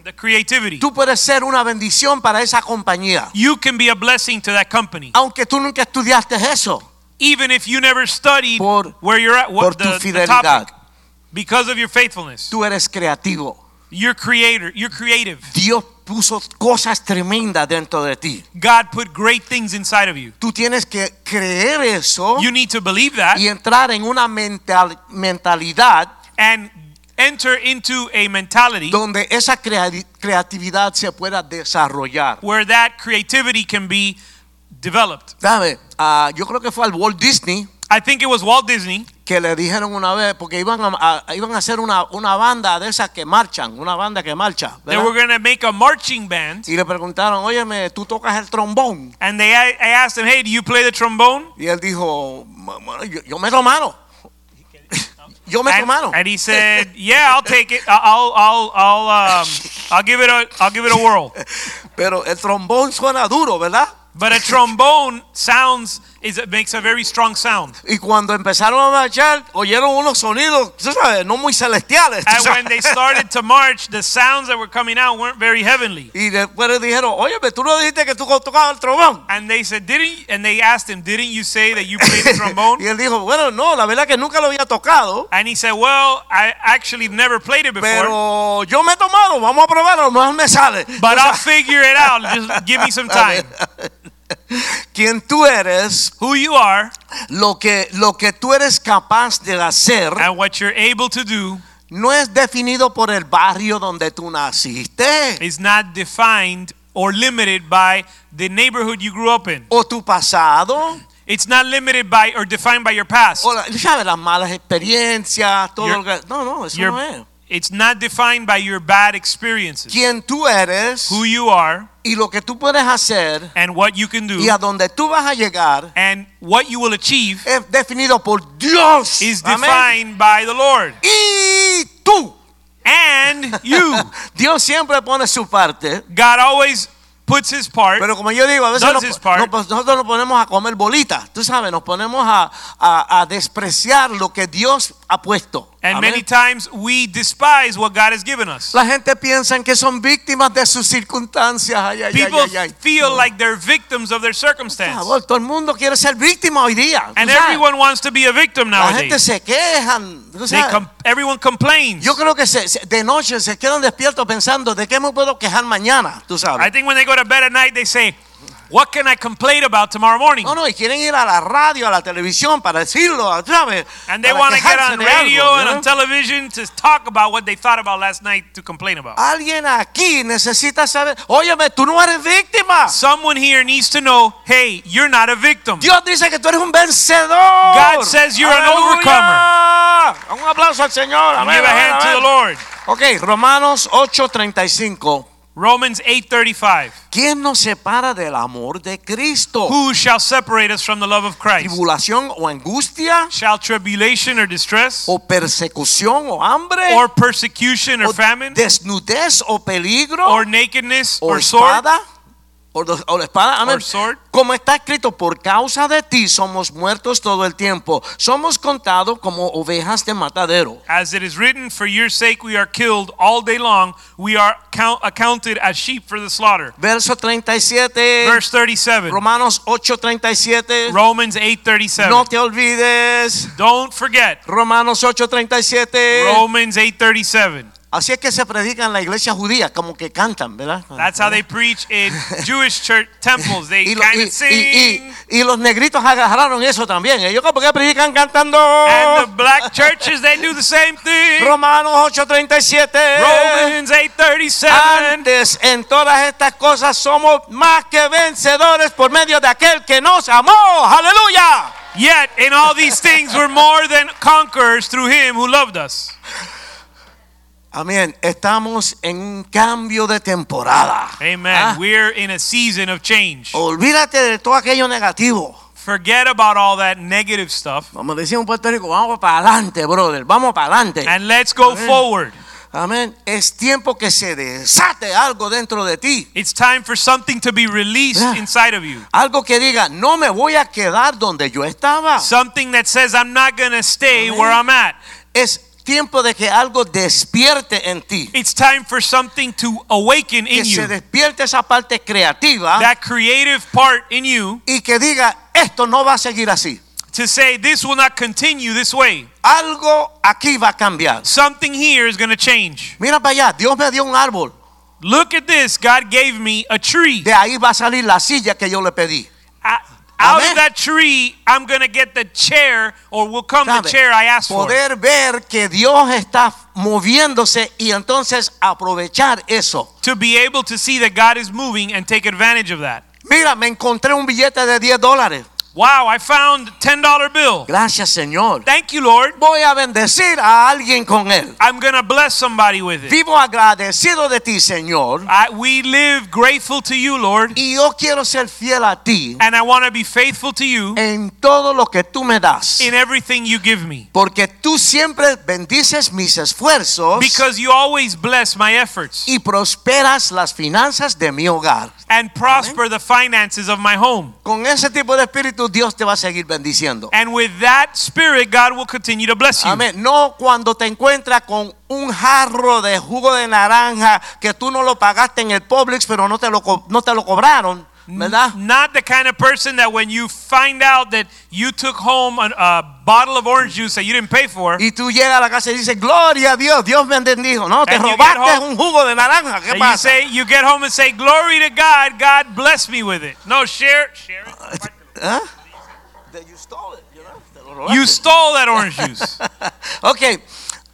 Speaker 2: the creativity.
Speaker 1: Tú puedes ser una bendición para esa compañía.
Speaker 2: You can be a blessing to that company.
Speaker 1: Aunque tú nunca estudiaste eso,
Speaker 2: even if you never studied
Speaker 1: Por-
Speaker 2: where you're at,
Speaker 1: por
Speaker 2: what
Speaker 1: tu
Speaker 2: the, the
Speaker 1: fidelidad,
Speaker 2: topic, because of your faithfulness,
Speaker 1: tú eres creativo.
Speaker 2: your creator, you're creative.
Speaker 1: Dios puso cosas tremendas dentro de ti.
Speaker 2: God put great things inside of you.
Speaker 1: Tú tienes que creer eso
Speaker 2: You need to believe that
Speaker 1: y entrar en una mental- mentalidad
Speaker 2: and enter into a mentality
Speaker 1: donde esa creati- creatividad se pueda desarrollar.
Speaker 2: where that creativity can be developed.
Speaker 1: ¿Sabe? Ah, yo creo que fue al Walt Disney
Speaker 2: I think it was Walt Disney
Speaker 1: que le dijeron una vez, porque iban a, a- iban a hacer una, una banda de esas que marchan, una banda que marcha.
Speaker 2: they
Speaker 1: ¿verdad?
Speaker 2: were going to make a marching band,
Speaker 1: Y le preguntaron, óyeme, ¿tú tocas el trombón?
Speaker 2: and they I asked him, "Hey, do you play the trombone?"
Speaker 1: Y él dijo, "Bueno, yo, yo me lo mano. Yo me
Speaker 2: and,
Speaker 1: tomaron.
Speaker 2: and he said, "Yeah, I'll take it. I- I'll, I'll, I'll, um, I'll give it a, I'll give it a whirl."
Speaker 1: Pero el trombón suena duro, ¿verdad?
Speaker 2: But a trombone sounds is it makes a very strong sound.
Speaker 1: Y cuando empezaron a marchar, oyeron unos sonidos, tú sabes, no muy celestiales. tú
Speaker 2: And
Speaker 1: sabes.
Speaker 2: Ah, when they started to march, the sounds that were coming out weren't very heavenly.
Speaker 1: Y después le dijeron, oye, pero tú no dijiste que tú tocabas el trombón.
Speaker 2: And they said, "Didn't?" And they asked him, "Didn't you say that you played the trombone?"
Speaker 1: Y él dijo, bueno, no, la verdad que nunca lo había tocado,
Speaker 2: And he said, "Well, I actually never played it before,
Speaker 1: pero yo me he tomado, vamos a probarlo, más me sale.
Speaker 2: but I'll figure it out. Just give me some time."
Speaker 1: Quien tú eres,
Speaker 2: Who you are
Speaker 1: lo que, lo que tú eres capaz de hacer,
Speaker 2: and what you're able to do
Speaker 1: no es definido por el barrio donde tú naciste
Speaker 2: is not defined or limited by the neighborhood you grew up in.
Speaker 1: o tu pasado.
Speaker 2: It's not limited by or defined by your past.
Speaker 1: O la- ¿Sabes? Las malas experiencias, todo
Speaker 2: Your-
Speaker 1: lo que- No, no, eso
Speaker 2: Your-
Speaker 1: no es.
Speaker 2: it's not defined by your bad experiences.
Speaker 1: Quien tú eres
Speaker 2: Who you are
Speaker 1: y lo que tú puedes hacer
Speaker 2: and what you can do
Speaker 1: y a donde tú vas a llegar
Speaker 2: and what you will achieve
Speaker 1: es definido por Dios.
Speaker 2: is
Speaker 1: Amén.
Speaker 2: defined by the Lord
Speaker 1: Y tú.
Speaker 2: and you.
Speaker 1: Dios siempre pone su parte.
Speaker 2: God always puts his part.
Speaker 1: Pero como yo digo, a veces
Speaker 2: Does
Speaker 1: nos-
Speaker 2: his part.
Speaker 1: nos- nosotros nos ponemos a comer bolitas, tú sabes, nos ponemos a, a- a despreciar lo que Dios ha puesto.
Speaker 2: And
Speaker 1: Amén.
Speaker 2: many times we despise what God has given us.
Speaker 1: La gente piensa que son víctimas de sus circunstancias. Ay, ay,
Speaker 2: People
Speaker 1: ay, ay, ay.
Speaker 2: feel like they're victims of their
Speaker 1: Por
Speaker 2: circumstance.
Speaker 1: favor, todo el mundo quiere ser víctima hoy día. tú
Speaker 2: And
Speaker 1: sabes.
Speaker 2: everyone wants to be a victim
Speaker 1: la gente
Speaker 2: nowadays.
Speaker 1: se quejan. tú
Speaker 2: They
Speaker 1: sabes.
Speaker 2: com- everyone complains.
Speaker 1: Yo creo que se- se- de noche se quedan despiertos pensando de qué me puedo quejar mañana, tú sabes.
Speaker 2: I think when they go to bed at night, they say, What can I complain about tomorrow morning?
Speaker 1: no, no, y quieren ir a la radio, a la televisión para decirlo, ¿sabes?
Speaker 2: And they
Speaker 1: Para
Speaker 2: want to get
Speaker 1: quejarse
Speaker 2: on
Speaker 1: de algo,
Speaker 2: radio and
Speaker 1: ¿no?
Speaker 2: on television to talk about what they thought about last night to complain about.
Speaker 1: Alguien aquí necesita saber, óyeme, tú no eres víctima.
Speaker 2: Someone here needs to know, Hey, you're not a victim.
Speaker 1: Dios dice que tú eres un vencedor.
Speaker 2: God says you're an
Speaker 1: Aleluya. Un aplauso al Señor.
Speaker 2: Give
Speaker 1: Amén,
Speaker 2: a
Speaker 1: amén,
Speaker 2: hand to the
Speaker 1: amén.
Speaker 2: Lord.
Speaker 1: Ok, Romanos 8:35.
Speaker 2: Romans 8:35.
Speaker 1: ¿Quién nos separa del amor de Cristo?
Speaker 2: Who shall separate us from the love of Christ?
Speaker 1: ¿Tribulación o angustia?
Speaker 2: Shall tribulation or distress,
Speaker 1: ¿O persecución o hambre?
Speaker 2: or persecution or
Speaker 1: ¿O
Speaker 2: famine,
Speaker 1: desnudez o peligro?
Speaker 2: or nakedness
Speaker 1: ¿O
Speaker 2: or sword?
Speaker 1: espada? ¿O, do- o la espada? Amén.
Speaker 2: Or sword.
Speaker 1: Como está escrito, por causa de ti somos muertos todo el tiempo. Somos contados como ovejas de matadero.
Speaker 2: As it is written, for your sake we are killed all day long. We are count, accounted as sheep for the slaughter.
Speaker 1: Verso 37.
Speaker 2: Verse 37,
Speaker 1: Romanos 8:37.
Speaker 2: Romans 8:37.
Speaker 1: No te olvides.
Speaker 2: Don't forget
Speaker 1: Romanos 8:37.
Speaker 2: Romans 8:37.
Speaker 1: Así es que se predica en la iglesia judía, como que cantan, ¿verdad?
Speaker 2: That's how they preach in Jewish church temples. They
Speaker 1: y, lo-
Speaker 2: kind
Speaker 1: y-
Speaker 2: of
Speaker 1: y-
Speaker 2: sing.
Speaker 1: y- y los negritos agarraron eso también. Ellos como que predican cantando.
Speaker 2: And
Speaker 1: Oh.
Speaker 2: the black churches they do the same thing.
Speaker 1: Romanos 8:37.
Speaker 2: Romans 8:37.
Speaker 1: Antes en todas estas cosas somos más que vencedores por medio de aquel que nos amó. Aleluya.
Speaker 2: Yet in all these things we're more than conquerors through him who loved us.
Speaker 1: Amén. Estamos en un cambio de temporada.
Speaker 2: Amen.
Speaker 1: Ah. Oh.
Speaker 2: We're in a season of change.
Speaker 1: Olvídate de todo aquello negativo.
Speaker 2: Forget about all that negative stuff
Speaker 1: Como decía un Puerto Rico, vamos para adelante, brother. Vamos para adelante.
Speaker 2: and let's go forward.
Speaker 1: Amén. Es tiempo que se desate algo dentro de ti.
Speaker 2: It's time for something to be released
Speaker 1: Yeah.
Speaker 2: inside of you.
Speaker 1: Algo que diga, no me voy a quedar donde yo estaba.
Speaker 2: Something that says, I'm not going to stay
Speaker 1: Ah. Amen.
Speaker 2: where I'm at.
Speaker 1: Es tiempo de que algo despierte en ti.
Speaker 2: It's time for something to awaken
Speaker 1: Que
Speaker 2: in
Speaker 1: se
Speaker 2: you,
Speaker 1: despierte esa parte creativa
Speaker 2: that creative part in you,
Speaker 1: y que diga, esto no va a seguir así.
Speaker 2: to say, This will not continue this way.
Speaker 1: Algo aquí va a cambiar.
Speaker 2: Something here is going to change.
Speaker 1: Mira para allá, Dios me dio un árbol.
Speaker 2: Look at this. God gave me a tree.
Speaker 1: De ahí va a salir la silla que yo le pedí.
Speaker 2: I- out
Speaker 1: Amen.
Speaker 2: of that tree, I'm going to get the chair, or will come the
Speaker 1: ¿Sabe?
Speaker 2: chair I asked for.
Speaker 1: Poder ver que Dios está moviéndose y entonces aprovechar eso.
Speaker 2: to be able to see that God is moving and take advantage of that.
Speaker 1: Mira, me encontré un billete de 10 dólares.
Speaker 2: Wow, I found a $10 bill.
Speaker 1: Gracias, Señor.
Speaker 2: Thank you, Lord.
Speaker 1: Voy a bendecir a alguien con él.
Speaker 2: I'm going to bless somebody with it.
Speaker 1: Vivo agradecido de ti, Señor.
Speaker 2: I, we live grateful to you, Lord,
Speaker 1: Y yo quiero ser fiel a ti
Speaker 2: and I want to be faithful to you
Speaker 1: en todo lo que tú me das.
Speaker 2: in everything you give me
Speaker 1: Porque tú siempre bendices mis esfuerzos
Speaker 2: because you always bless my efforts
Speaker 1: y prosperas las finanzas de mi hogar.
Speaker 2: and prosper the finances of my home.
Speaker 1: Con ese tipo de espíritu Dios te va a seguir bendiciendo.
Speaker 2: And with that spirit, God will continue to bless you.
Speaker 1: Amén. No cuando te encuentras con un jarro de jugo de naranja que tú no lo pagaste en el Publix, pero no te lo, co- no te lo cobraron,
Speaker 2: Mm,
Speaker 1: ¿verdad?
Speaker 2: Not the kind of person that when you find out that you took home an- a bottle of orange juice that you didn't pay for,
Speaker 1: Y tú llegas a la casa y dices, gloria a Dios, Dios me bendijo. No, te
Speaker 2: And you get
Speaker 1: robaste
Speaker 2: home-
Speaker 1: un jugo de naranja. ¿Qué
Speaker 2: And you
Speaker 1: pasa?
Speaker 2: say you get home and say, "Glory to God, God bless me with it." No, share, share it.
Speaker 1: ¿Ah? That you stole it, you know, te lo robaste.
Speaker 2: You stole that orange juice.
Speaker 1: Ok,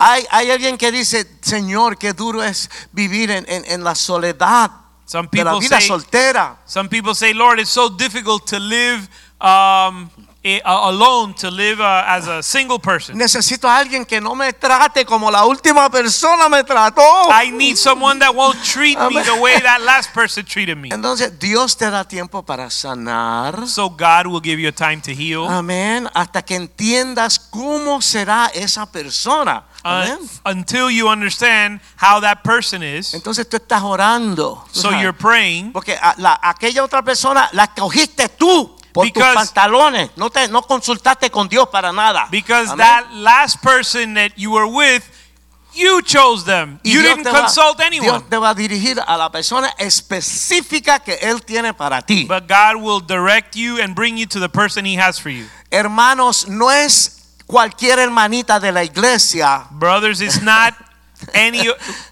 Speaker 1: hay, hay alguien que dice, Señor, qué duro es vivir en, en- en la soledad
Speaker 2: Some
Speaker 1: de la
Speaker 2: people
Speaker 1: vida
Speaker 2: say-
Speaker 1: soltera.
Speaker 2: Some people say, "Lord, it's so difficult to live um, a- a- alone, to live uh, as a single person.
Speaker 1: Necesito a alguien que no me trate como la última persona me trató.
Speaker 2: I need someone that won't treat me
Speaker 1: Amen.
Speaker 2: the way that last person treated me."
Speaker 1: Entonces Dios te da tiempo para sanar.
Speaker 2: So God will give you a time to heal uh,
Speaker 1: Amén. Hasta que entiendas cómo será esa persona.
Speaker 2: uh,
Speaker 1: Amén.
Speaker 2: until you understand how that person is.
Speaker 1: Entonces tú estás orando. tú
Speaker 2: So
Speaker 1: sabes.
Speaker 2: you're praying
Speaker 1: Porque a- la- aquella otra persona la cogiste tú por
Speaker 2: Because-
Speaker 1: tus pantalones. No, te, no consultaste con Dios para nada.
Speaker 2: Because
Speaker 1: Amén.
Speaker 2: that last person that you were with, you chose them.
Speaker 1: Y
Speaker 2: you
Speaker 1: Dios
Speaker 2: didn't
Speaker 1: te va-
Speaker 2: consult anyone.
Speaker 1: Dios te va a dirigir a la persona específica que Él tiene para ti.
Speaker 2: But God will direct you and bring you to the person He has for you.
Speaker 1: Hermanos, no es cualquier hermanita de la iglesia,
Speaker 2: Brothers, it's not any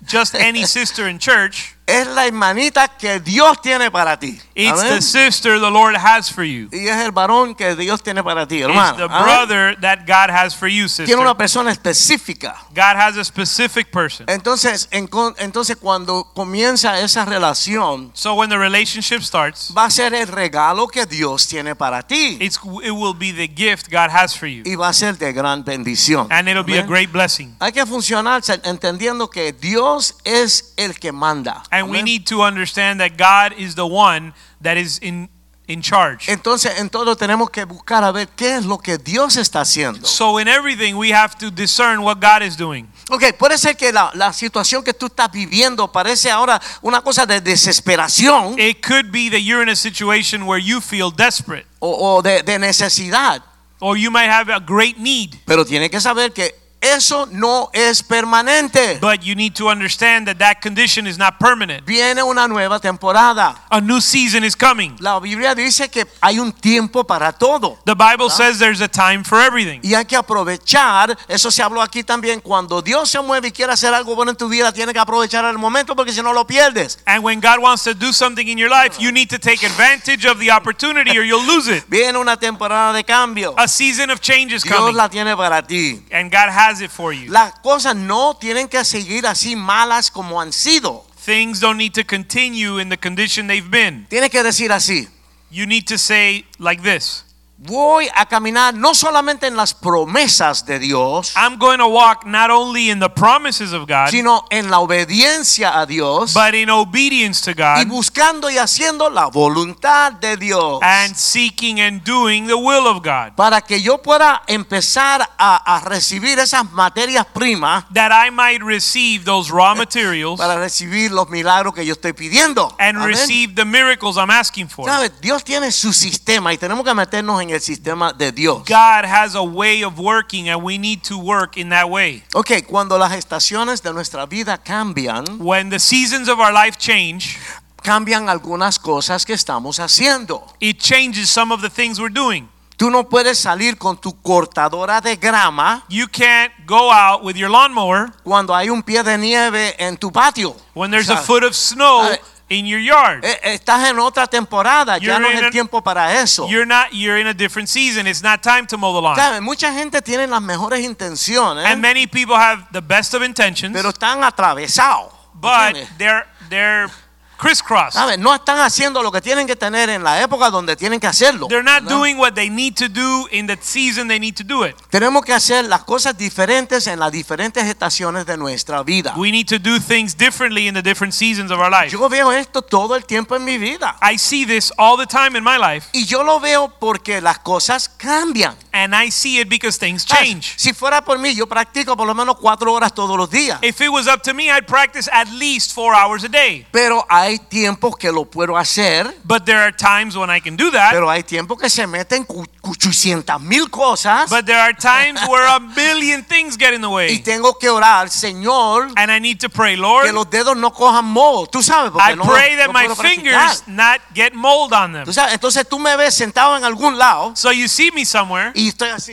Speaker 2: just any sister in church.
Speaker 1: es la hermanita que Dios tiene para ti.
Speaker 2: It's
Speaker 1: Amén.
Speaker 2: the sister the Lord has for you.
Speaker 1: Y es el varón que Dios tiene para ti,
Speaker 2: It's
Speaker 1: hermano.
Speaker 2: the
Speaker 1: Amén.
Speaker 2: brother that God has for you, sister.
Speaker 1: Tiene una persona específica.
Speaker 2: God has a specific person.
Speaker 1: Entonces, en con- entonces cuando comienza esa relación,
Speaker 2: So when the relationship starts,
Speaker 1: va a ser el regalo que Dios tiene para ti
Speaker 2: it's it will be the gift God has for you.
Speaker 1: y va a ser de gran bendición.
Speaker 2: And it'll be a
Speaker 1: Amén.
Speaker 2: great blessing.
Speaker 1: Hay que funcionar se- entendiendo que Dios es el que manda.
Speaker 2: And we
Speaker 1: Amén.
Speaker 2: need to understand that God is the one that is in in charge.
Speaker 1: Entonces, en todo tenemos que buscar a ver qué es lo que Dios está haciendo.
Speaker 2: So in everything we have to discern what God is doing.
Speaker 1: Ok, puede ser que la, la situación que tú estás viviendo parece ahora una cosa de desesperación
Speaker 2: It could be that you're in a situation where you feel desperate
Speaker 1: o, o de, de necesidad,
Speaker 2: or you might have a great need,
Speaker 1: pero tienes que saber que eso no es permanente.
Speaker 2: but you need to understand that that condition is not permanent.
Speaker 1: Viene una nueva temporada.
Speaker 2: A new season is coming.
Speaker 1: La Biblia dice que hay un tiempo para todo.
Speaker 2: The Bible says there's a time for everything.
Speaker 1: Y hay que aprovechar, eso se habló aquí también, cuando Dios se mueve y quiere hacer algo bueno en tu vida, tienes que aprovechar el momento porque si no lo pierdes.
Speaker 2: And when God wants to do something in your life, you need to take advantage of the opportunity or you'll lose it.
Speaker 1: Viene una temporada de cambio.
Speaker 2: A season of change is
Speaker 1: Dios
Speaker 2: coming
Speaker 1: la tiene para ti.
Speaker 2: and God has it for you.
Speaker 1: Las cosas no tienen que seguir así malas como han sido.
Speaker 2: Things don't need to continue in the condition they've been.
Speaker 1: Tienes que decir así,
Speaker 2: You need to say like this.
Speaker 1: voy a caminar no solamente en las promesas de Dios,
Speaker 2: I'm going to walk not only in the promises of God,
Speaker 1: sino en la obediencia a Dios
Speaker 2: but in obedience to
Speaker 1: y
Speaker 2: God
Speaker 1: buscando y haciendo la voluntad de Dios.
Speaker 2: and seeking and doing the will of God.
Speaker 1: para que yo pueda empezar a, a recibir esas materias primas
Speaker 2: That I might receive those raw materials
Speaker 1: para recibir los milagros que yo estoy pidiendo.
Speaker 2: and
Speaker 1: Amén.
Speaker 2: receive the miracles I'm asking for.
Speaker 1: ¿Sabes? Dios tiene su sistema y tenemos que meternos en el sistema de Dios.
Speaker 2: God has a way of working, and we need to work in that way.
Speaker 1: Ok, cuando las estaciones de nuestra vida cambian,
Speaker 2: When the seasons of our life change,
Speaker 1: cambian algunas cosas que estamos haciendo.
Speaker 2: it changes some of the things we're doing.
Speaker 1: Tú no puedes salir con tu cortadora de grama
Speaker 2: You can't go out with your lawnmower
Speaker 1: cuando hay un pie de nieve en tu patio.
Speaker 2: when there's a
Speaker 1: ¿Sabes?
Speaker 2: foot of snow
Speaker 1: Sabe.
Speaker 2: in your yard.
Speaker 1: Eh, Estás en otra temporada, ya
Speaker 2: You're
Speaker 1: no es
Speaker 2: in
Speaker 1: el
Speaker 2: an-
Speaker 1: tiempo para eso.
Speaker 2: You're not you're in a different season. It's not time to mow the lawn.
Speaker 1: ¿Sabe? Mucha gente tiene las mejores intenciones,
Speaker 2: And many people have the best of intentions,
Speaker 1: pero están atravesados.
Speaker 2: but
Speaker 1: ¿entiendes?
Speaker 2: they're they're crisscross.
Speaker 1: ¿Sabe? No están haciendo lo que tienen que tener en la época donde tienen que hacerlo.
Speaker 2: They're not
Speaker 1: ¿verdad?
Speaker 2: doing what they need to do in the season they need to do it.
Speaker 1: Tenemos que hacer las cosas diferentes en las diferentes estaciones de nuestra vida.
Speaker 2: We need to do things differently in the different seasons of our life.
Speaker 1: Yo veo esto todo el tiempo en mi vida.
Speaker 2: I see this all the time in my life,
Speaker 1: Y yo lo veo porque las cosas cambian.
Speaker 2: and I see it because things
Speaker 1: ¿Sabes?
Speaker 2: change.
Speaker 1: Si fuera por mí, yo practico por lo menos cuatro horas todos los días.
Speaker 2: If it was up to me, I'd practice at least four hours a day.
Speaker 1: Pero hay tiempos que lo puedo hacer.
Speaker 2: But there are times when I can do that.
Speaker 1: Pero hay tiempos que se meten 800 mil cosas.
Speaker 2: But there are times where a million things get in the
Speaker 1: Y
Speaker 2: way.
Speaker 1: tengo que orar, Señor,
Speaker 2: And I need to pray,
Speaker 1: que
Speaker 2: Lord,
Speaker 1: los dedos no cojan moho. Tú sabes, porque
Speaker 2: I
Speaker 1: no,
Speaker 2: pray that
Speaker 1: no
Speaker 2: my
Speaker 1: puedo practicar.
Speaker 2: fingers not get mold on them.
Speaker 1: Tú sabes, entonces tú me ves sentado en algún lado
Speaker 2: So you see me somewhere,
Speaker 1: y estoy así.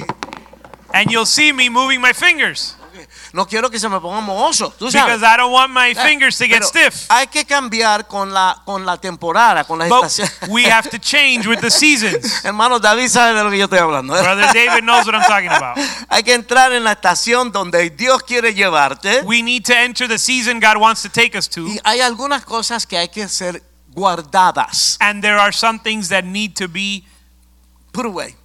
Speaker 2: and you'll see me moving my fingers
Speaker 1: No quiero que se me ponga mohoso. Tú sabes.
Speaker 2: because I don't want my
Speaker 1: Ah,
Speaker 2: fingers to get
Speaker 1: pero
Speaker 2: stiff.
Speaker 1: Hay que cambiar con la con la temporada, con las
Speaker 2: But
Speaker 1: estaciones.
Speaker 2: we have to change with the seasons.
Speaker 1: Hermano David sabe de lo que yo estoy hablando.
Speaker 2: Brother David knows what I'm talking about.
Speaker 1: Hay que entrar en la estación donde Dios quiere llevarte.
Speaker 2: We need to enter the season God wants to take us to,
Speaker 1: Y hay algunas cosas que hay que ser guardadas.
Speaker 2: and there are some things that need to be.
Speaker 1: Put away.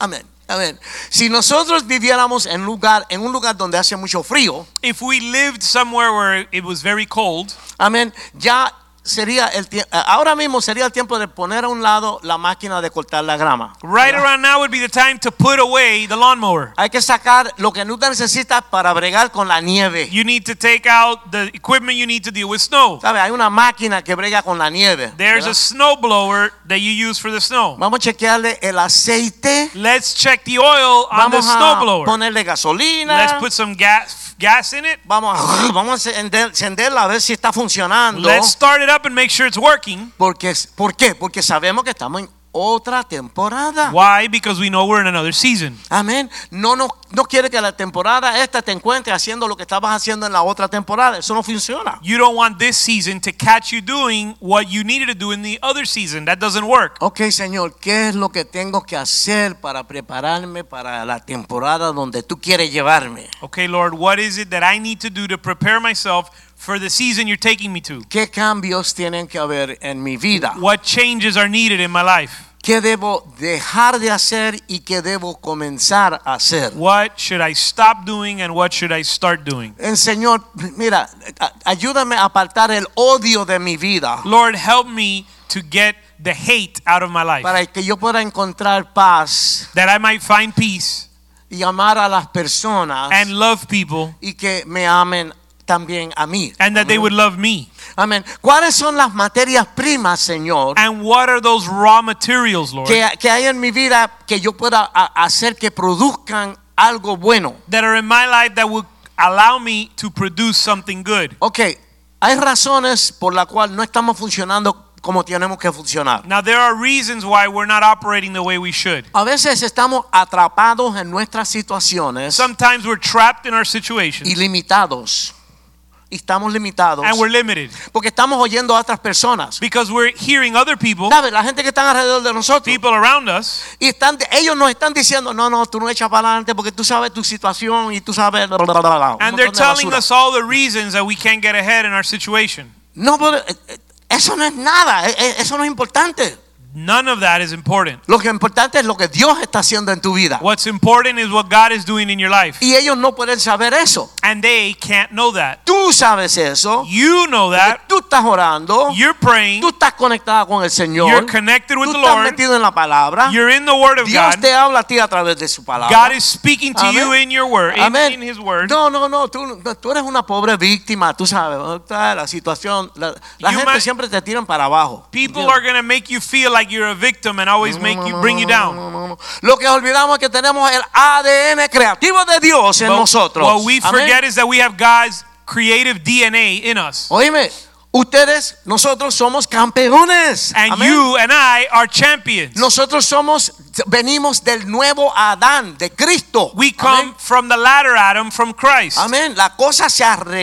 Speaker 1: Amén. Amén. Si nosotros viviéramos en lugar en un lugar donde hace mucho frío,
Speaker 2: If we lived somewhere where it was very cold,
Speaker 1: amén, ya sería el tie- ahora mismo sería el tiempo de poner a un lado la máquina de cortar la grama.
Speaker 2: right around now would be the time to put away the lawnmower.
Speaker 1: Hay que sacar lo que no necesitas para bregar con la nieve.
Speaker 2: You need to take out the equipment you need to deal with snow.
Speaker 1: ¿Sabe? Hay una máquina que brega con la nieve.
Speaker 2: There's
Speaker 1: ¿verdad?
Speaker 2: a snow blower that you use for the snow.
Speaker 1: Vamos a chequearle el aceite.
Speaker 2: Let's check the oil on the
Speaker 1: Vamos
Speaker 2: snow
Speaker 1: a
Speaker 2: blower.
Speaker 1: ponerle gasolina.
Speaker 2: Let's put some gas gas in it.
Speaker 1: vamos a, vamos a encender- encenderla a ver si está funcionando.
Speaker 2: Let's start it up and make sure it's working.
Speaker 1: Porque, ¿Por qué? Porque sabemos que estamos en otra temporada.
Speaker 2: Why? Because we know we're in another season.
Speaker 1: Amén. No, no, no quiere que la temporada esta te encuentre haciendo lo que estabas haciendo en la otra temporada. Eso no funciona.
Speaker 2: You don't want this season to catch you doing what you needed to do in the other season. That doesn't work.
Speaker 1: Ok, Señor, ¿qué es lo que tengo que hacer para prepararme para la temporada donde tú quieres llevarme?
Speaker 2: Okay, Lord, what is it that I need to do to prepare myself for the season you're taking me to?
Speaker 1: ¿Qué cambios tienen que haber en mi vida?
Speaker 2: What changes are needed in my life?
Speaker 1: ¿Qué debo dejar de hacer y qué debo comenzar a hacer?
Speaker 2: What should I stop doing and what should I start doing?
Speaker 1: El Eh, Señor, mira, a- ayúdame a apartar el odio de mi vida
Speaker 2: Lord, help me to get the hate out of my life,
Speaker 1: para que yo pueda encontrar paz
Speaker 2: that I might find peace
Speaker 1: y amar a las personas
Speaker 2: and love people,
Speaker 1: y que me amen también a mí.
Speaker 2: and that they would love me.
Speaker 1: Amén. ¿Cuáles son las materias primas, Señor,
Speaker 2: And what are those raw materials, Lord,
Speaker 1: que, que hay en mi vida que yo pueda a- hacer que produzcan algo bueno?
Speaker 2: that are in my life that will allow me to produce something good?
Speaker 1: Ok, hay razones por las cuales no estamos funcionando como tenemos que funcionar.
Speaker 2: Now, there are reasons why we're not operating the way we should.
Speaker 1: A veces estamos atrapados en nuestras situaciones
Speaker 2: Sometimes we're trapped in our
Speaker 1: y
Speaker 2: situations
Speaker 1: limitados. Y estamos limitados
Speaker 2: and we're limited
Speaker 1: porque estamos oyendo a otras personas.
Speaker 2: because we're hearing other people,
Speaker 1: ¿Sabes? La gente que están alrededor de nosotros
Speaker 2: people around us,
Speaker 1: y están, ellos nos están diciendo, no, no, tú no echas para adelante porque tú sabes tu situación y tú sabes. bla, bla, bla, bla, un
Speaker 2: and
Speaker 1: montón
Speaker 2: they're
Speaker 1: de
Speaker 2: telling
Speaker 1: basura.
Speaker 2: us all the reasons that we can't get ahead in our situation.
Speaker 1: No, pero, eh, eh, eso no es nada, eh, eh, eso no es importante.
Speaker 2: None of that is important.
Speaker 1: Lo que es importante es lo que Dios está haciendo en tu vida.
Speaker 2: What's important is what God is doing in your life.
Speaker 1: Y ellos no pueden saber eso.
Speaker 2: And they can't know that.
Speaker 1: Tú sabes eso.
Speaker 2: You know
Speaker 1: porque
Speaker 2: that.
Speaker 1: Tú estás orando.
Speaker 2: You're praying.
Speaker 1: Tú estás conectada con el Señor.
Speaker 2: You're connected with
Speaker 1: tú
Speaker 2: the
Speaker 1: estás
Speaker 2: Lord.
Speaker 1: metido en la palabra.
Speaker 2: You're in the Word of
Speaker 1: Dios
Speaker 2: God.
Speaker 1: te habla a ti a través de su palabra.
Speaker 2: God is speaking to you
Speaker 1: Amén.
Speaker 2: in your word, in,
Speaker 1: Amén.
Speaker 2: in His word.
Speaker 1: No, no, no. Tú, tú eres una pobre víctima. Tú sabes ¿no? Está la situación. La, la
Speaker 2: You
Speaker 1: gente
Speaker 2: might-
Speaker 1: siempre te tiran para abajo.
Speaker 2: People
Speaker 1: ¿entiendes?
Speaker 2: are going to make you feel like you're a victim and always make you bring you down.
Speaker 1: No, no, no. Lo que olvidamos es que tenemos el ADN creativo de Dios en
Speaker 2: But
Speaker 1: nosotros.
Speaker 2: what we
Speaker 1: Amén.
Speaker 2: forget is that we have God's creative DNA in us.
Speaker 1: Oíme, ustedes, nosotros somos campeones.
Speaker 2: And
Speaker 1: Amén.
Speaker 2: you and I are champions.
Speaker 1: Nosotros somos, venimos del nuevo Adán, de Cristo.
Speaker 2: We
Speaker 1: Amén.
Speaker 2: come from the latter Adam, from Christ.
Speaker 1: Amén. La cosa se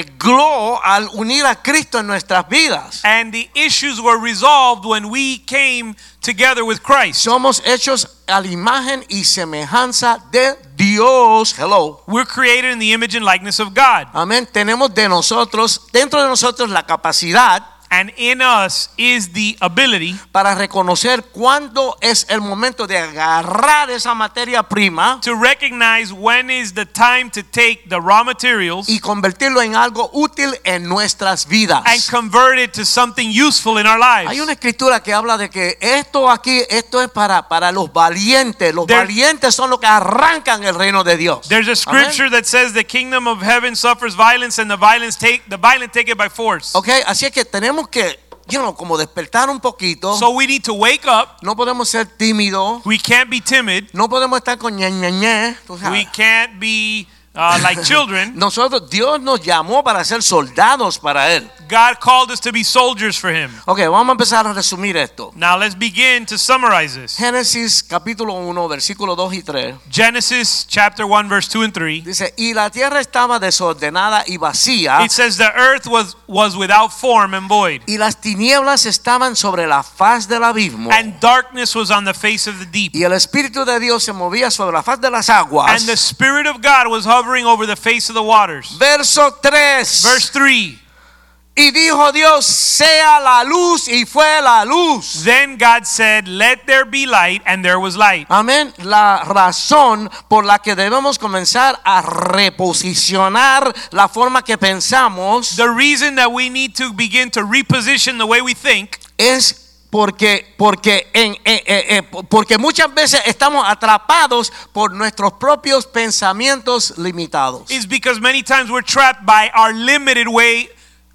Speaker 1: arregló al unir a Cristo en nuestras vidas.
Speaker 2: And the issues were resolved when we came together with Christ.
Speaker 1: Somos hechos a la imagen y semejanza de Dios. Hello.
Speaker 2: We're created in the image and likeness of God.
Speaker 1: Amén. Tenemos de nosotros, dentro de nosotros, la capacidad
Speaker 2: And in us is the ability
Speaker 1: para reconocer cuándo es el momento de agarrar esa materia prima
Speaker 2: to recognize when is the time to take the raw materials
Speaker 1: y convertirlo en algo útil en nuestras vidas.
Speaker 2: and convert it to something useful in our lives.
Speaker 1: Hay una escritura que habla de que esto aquí, esto es para, para los valientes. Los
Speaker 2: There-
Speaker 1: valientes son los que arrancan el reino de Dios.
Speaker 2: There's a
Speaker 1: Amén.
Speaker 2: scripture that says the kingdom of heaven suffers violence and the violence take the violent take it by force.
Speaker 1: Ok, así es que tenemos que, you know, como despertar un poquito.
Speaker 2: So we need to wake up.
Speaker 1: no podemos ser tímidos.
Speaker 2: We can't be timid.
Speaker 1: No podemos estar con ñe, ñe, ñe, tú sabes.
Speaker 2: We can't be uh, like children.
Speaker 1: Nosotros, Dios nos llamó para ser soldados para Él.
Speaker 2: God called us to be soldiers for him.
Speaker 1: Ok, vamos a empezar a resumir esto.
Speaker 2: Now let's begin to summarize this.
Speaker 1: Génesis capítulo 1, versículo 2 y 3.
Speaker 2: Genesis chapter 1 verse 2 and 3.
Speaker 1: Dice, y la tierra estaba desordenada y vacía,
Speaker 2: It says the earth was was without form and void
Speaker 1: y las tinieblas estaban sobre la faz del abismo.
Speaker 2: and darkness was on the face of the deep.
Speaker 1: y el Espíritu de Dios se movía sobre la faz de las aguas.
Speaker 2: And the spirit of God was hovering over the face of the waters.
Speaker 1: Verso 3.
Speaker 2: Verse 3.
Speaker 1: y dijo Dios, sea la luz, y fue la luz.
Speaker 2: Then God said, Let there be light, and there was light.
Speaker 1: Amén. La razón por la que debemos comenzar a reposicionar la forma que pensamos
Speaker 2: The reason that we need to begin to reposition the way we think
Speaker 1: es porque porque en- eh, eh, eh, porque muchas veces estamos atrapados por nuestros propios pensamientos limitados.
Speaker 2: is because many times we're trapped by our limited way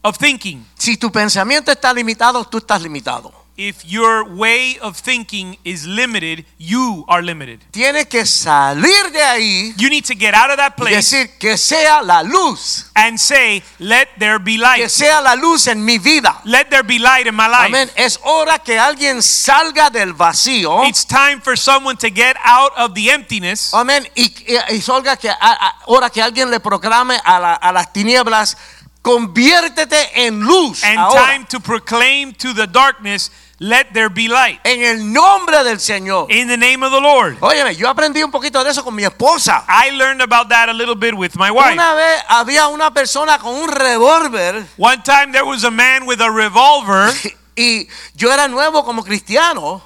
Speaker 2: of thinking.
Speaker 1: Si tu pensamiento está limitado, tú estás limitado.
Speaker 2: If your way of thinking is limited, you are limited.
Speaker 1: Tienes que salir de ahí
Speaker 2: You need to get out of that
Speaker 1: y
Speaker 2: place
Speaker 1: decir que sea la luz,
Speaker 2: and say, Let there be
Speaker 1: que
Speaker 2: light.
Speaker 1: sea la luz en mi vida.
Speaker 2: Let there be light in my life.
Speaker 1: Amén. Es hora que alguien salga del vacío.
Speaker 2: It's time for someone to get out of the emptiness
Speaker 1: Amén. Y, y, y solga que a- a- ahora que alguien le proclame a, la- a las tinieblas, conviértete en luz.
Speaker 2: and
Speaker 1: ahora,
Speaker 2: time to proclaim to the darkness, Let there be light.
Speaker 1: en el nombre del Señor.
Speaker 2: In the name of the Lord.
Speaker 1: Óyeme, yo aprendí un poquito de eso con mi esposa.
Speaker 2: I learned about that a little bit with my wife.
Speaker 1: Una vez había una persona con un revólver
Speaker 2: One time there was a man with a revolver,
Speaker 1: y yo era nuevo como cristiano.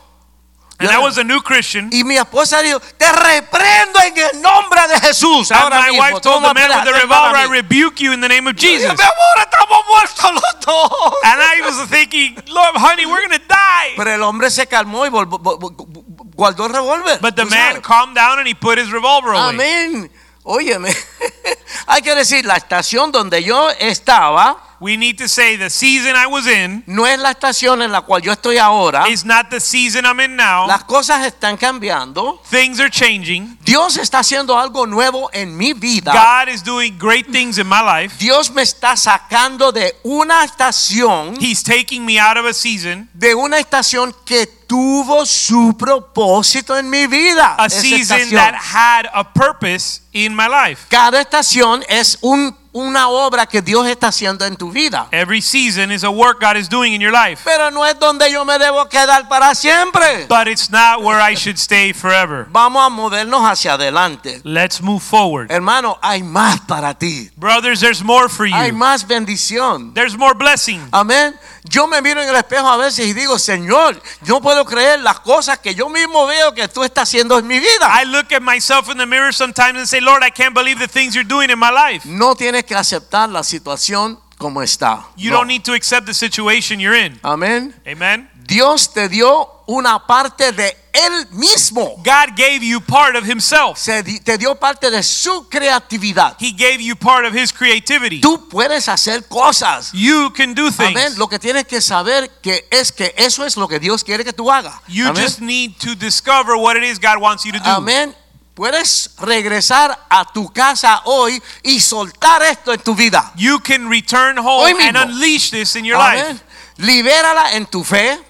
Speaker 2: and I was a new Christian.
Speaker 1: Y mi esposa dijo, te reprendo en el nombre de Jesús.
Speaker 2: And
Speaker 1: Ahora
Speaker 2: my
Speaker 1: mismo,
Speaker 2: wife told
Speaker 1: toma,
Speaker 2: the man
Speaker 1: espera,
Speaker 2: with the
Speaker 1: ven
Speaker 2: revolver,
Speaker 1: para
Speaker 2: I
Speaker 1: mí".
Speaker 2: rebuke you in the name of
Speaker 1: Y yo,
Speaker 2: Jesus.
Speaker 1: Mi amor, estamos muertos los dos.
Speaker 2: And I was thinking, Lord, honey, we're going to die.
Speaker 1: Pero el hombre se calmó y vol- vol- vol- vol- guardó el revólver.
Speaker 2: But the
Speaker 1: tú
Speaker 2: man
Speaker 1: sabes.
Speaker 2: calmed down and he put his revolver away.
Speaker 1: Amén. Óyeme. Hay que decir, la estación donde yo estaba
Speaker 2: We need to say the season I was in
Speaker 1: no es la estación en la cual yo estoy ahora.
Speaker 2: is not the season I'm in now.
Speaker 1: Las cosas están cambiando.
Speaker 2: Things are changing.
Speaker 1: Dios está haciendo algo nuevo en mi vida.
Speaker 2: God is doing great things in my life.
Speaker 1: Dios me está sacando de una estación,
Speaker 2: He's taking me out of a season,
Speaker 1: de una estación que tuvo su propósito en mi vida.
Speaker 2: a
Speaker 1: Esa
Speaker 2: season
Speaker 1: estación.
Speaker 2: that had a purpose in my life.
Speaker 1: Cada estación es un- una obra que Dios está haciendo en tu vida.
Speaker 2: Every season is a work God is doing in your life,
Speaker 1: Pero no es donde yo me debo quedar para siempre.
Speaker 2: but it's not where I should stay forever.
Speaker 1: Vamos a movernos hacia adelante.
Speaker 2: Let's move forward.
Speaker 1: Hermano, hay más para ti.
Speaker 2: Brothers, there's more for
Speaker 1: Hay
Speaker 2: you.
Speaker 1: más bendición.
Speaker 2: There's more blessing.
Speaker 1: Amén. Yo me miro en el espejo a veces y digo, Señor, yo puedo creer las cosas que yo mismo veo que tú estás haciendo en mi vida.
Speaker 2: I look at myself in the mirror sometimes and say, Lord, I can't believe the things you're doing in my life.
Speaker 1: No tienes que aceptar la situación como está.
Speaker 2: You
Speaker 1: No.
Speaker 2: don't need to accept the situation you're in.
Speaker 1: Amén.
Speaker 2: Amen.
Speaker 1: Dios te dio una parte de Él mismo.
Speaker 2: God gave you part of Himself,
Speaker 1: Se di- te dio parte de su creatividad.
Speaker 2: He gave you part of His creativity.
Speaker 1: Tú puedes hacer cosas.
Speaker 2: You can do
Speaker 1: Amén.
Speaker 2: things.
Speaker 1: Lo que tienes que saber que es que eso es lo que Dios quiere que tú hagas.
Speaker 2: You
Speaker 1: Amén.
Speaker 2: just need to discover what it is God wants you to do.
Speaker 1: Amén. Puedes regresar a tu casa hoy y soltar esto en tu vida.
Speaker 2: You can return
Speaker 1: Hoy
Speaker 2: home and
Speaker 1: mismo.
Speaker 2: unleash this in your life.
Speaker 1: Amén. Libérala en tu fe,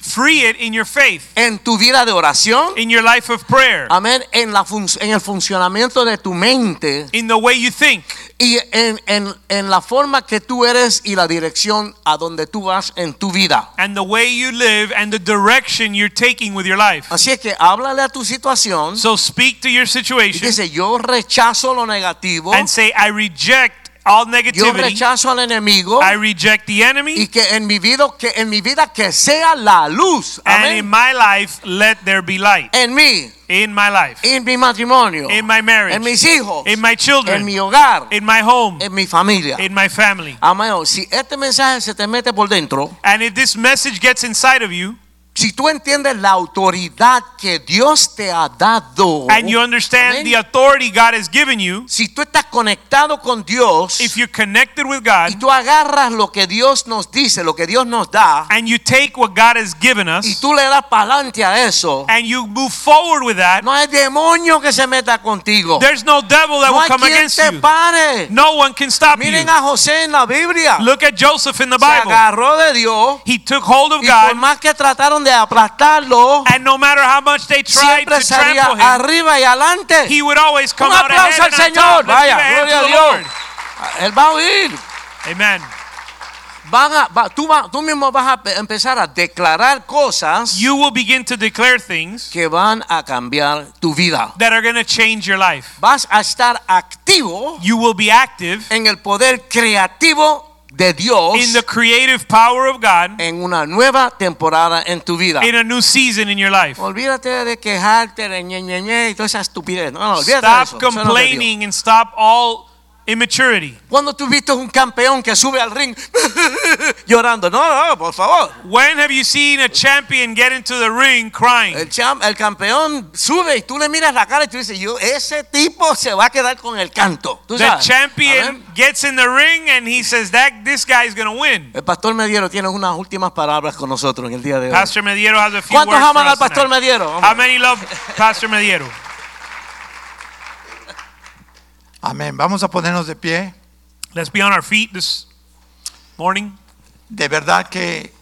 Speaker 2: free it in your faith,
Speaker 1: en tu vida de oración.
Speaker 2: in your life of prayer,
Speaker 1: Amén. En, la fun- en el funcionamiento de tu mente
Speaker 2: in the way you think,
Speaker 1: y en, en- en la forma que tú eres y la dirección a donde tú vas en tu vida.
Speaker 2: and the way you live, and the direction you're taking with your life.
Speaker 1: Así es que háblale a tu situación.
Speaker 2: So speak to your
Speaker 1: Y
Speaker 2: situation
Speaker 1: dice, yo rechazo lo negativo.
Speaker 2: and say, I reject all
Speaker 1: "Oh, Yo
Speaker 2: negativity.
Speaker 1: rechazo al enemigo
Speaker 2: I reject the
Speaker 1: y
Speaker 2: enemy.
Speaker 1: que en mi vida que en mi vida que sea la luz.
Speaker 2: And in
Speaker 1: Amén.
Speaker 2: my life, let there be light.
Speaker 1: En mí,
Speaker 2: In my life.
Speaker 1: en mi matrimonio,
Speaker 2: In my marriage.
Speaker 1: en mis hijos,
Speaker 2: In my
Speaker 1: en
Speaker 2: children.
Speaker 1: mi hogar,
Speaker 2: In my home.
Speaker 1: en mi familia.
Speaker 2: In my family.
Speaker 1: Amén. Si este mensaje se te mete por dentro,
Speaker 2: And if this message gets inside of you
Speaker 1: si tú entiendes la autoridad que Dios te ha dado,
Speaker 2: and you understand
Speaker 1: Amén.
Speaker 2: the authority God has given you,
Speaker 1: si tú estás conectado con Dios
Speaker 2: if you're connected with God
Speaker 1: y tú agarras lo que Dios nos dice, lo que Dios nos da,
Speaker 2: and you take what God has given
Speaker 1: y
Speaker 2: us
Speaker 1: tú le das para adelante a eso,
Speaker 2: and you move forward with that,
Speaker 1: no hay demonio que se meta contigo.
Speaker 2: there's no devil that
Speaker 1: No
Speaker 2: will
Speaker 1: hay
Speaker 2: come
Speaker 1: quien
Speaker 2: against
Speaker 1: te
Speaker 2: you.
Speaker 1: pare.
Speaker 2: No one can stop you.
Speaker 1: Miren a José en la Biblia.
Speaker 2: Look at Joseph in the
Speaker 1: Se
Speaker 2: Bible.
Speaker 1: agarró de Dios
Speaker 2: He took hold of
Speaker 1: y por
Speaker 2: God
Speaker 1: más que trataron de aplastarlo,
Speaker 2: And no matter how much they tried
Speaker 1: siempre
Speaker 2: to
Speaker 1: salía
Speaker 2: trample him,
Speaker 1: arriba y adelante.
Speaker 2: he would always come
Speaker 1: Un
Speaker 2: out ahead
Speaker 1: aplauso al
Speaker 2: and on
Speaker 1: Señor.
Speaker 2: top. Let's
Speaker 1: Vaya,
Speaker 2: give a hand
Speaker 1: gloria a
Speaker 2: to the
Speaker 1: Dios. Él va a oír.
Speaker 2: Lord. Amen.
Speaker 1: Van a- va- tú, va- tú mismo vas a pe- empezar a declarar cosas
Speaker 2: You will begin to declare things
Speaker 1: que van a cambiar tu vida.
Speaker 2: that are going to change your life.
Speaker 1: Vas a estar activo
Speaker 2: You will be active
Speaker 1: en el poder creativo de Dios
Speaker 2: in the creative power of God
Speaker 1: en una nueva temporada en tu vida.
Speaker 2: in a new season in your life.
Speaker 1: Olvídate de quejarte de ñe, ñe, ñe y toda esa estupidez. No, no, olvídate de eso. Eso
Speaker 2: Stop
Speaker 1: no es de Dios.
Speaker 2: complaining and stop all immaturity.
Speaker 1: Cuando tú viste un campeón que sube al ring llorando, no, no, por favor.
Speaker 2: When have you seen a champion get into the ring crying?
Speaker 1: El, cham- el campeón sube y tú le miras la cara y tú dices, yo, ese tipo se va a quedar con el canto. ¿Tú
Speaker 2: The
Speaker 1: sabes?
Speaker 2: champion
Speaker 1: Amén.
Speaker 2: gets in the ring and he says that this guy is going to win.
Speaker 1: El pastor Mediero tiene unas últimas palabras con nosotros en el día de hoy.
Speaker 2: Pastor Mediero has a few
Speaker 1: ¿Cuántos
Speaker 2: words for
Speaker 1: aman al
Speaker 2: us
Speaker 1: pastor
Speaker 2: tonight.
Speaker 1: Mediero? Vamos.
Speaker 2: How many love Pastor Mediero?
Speaker 3: Amén. Vamos a ponernos de pie.
Speaker 2: Let's be on our feet this morning.
Speaker 3: De verdad que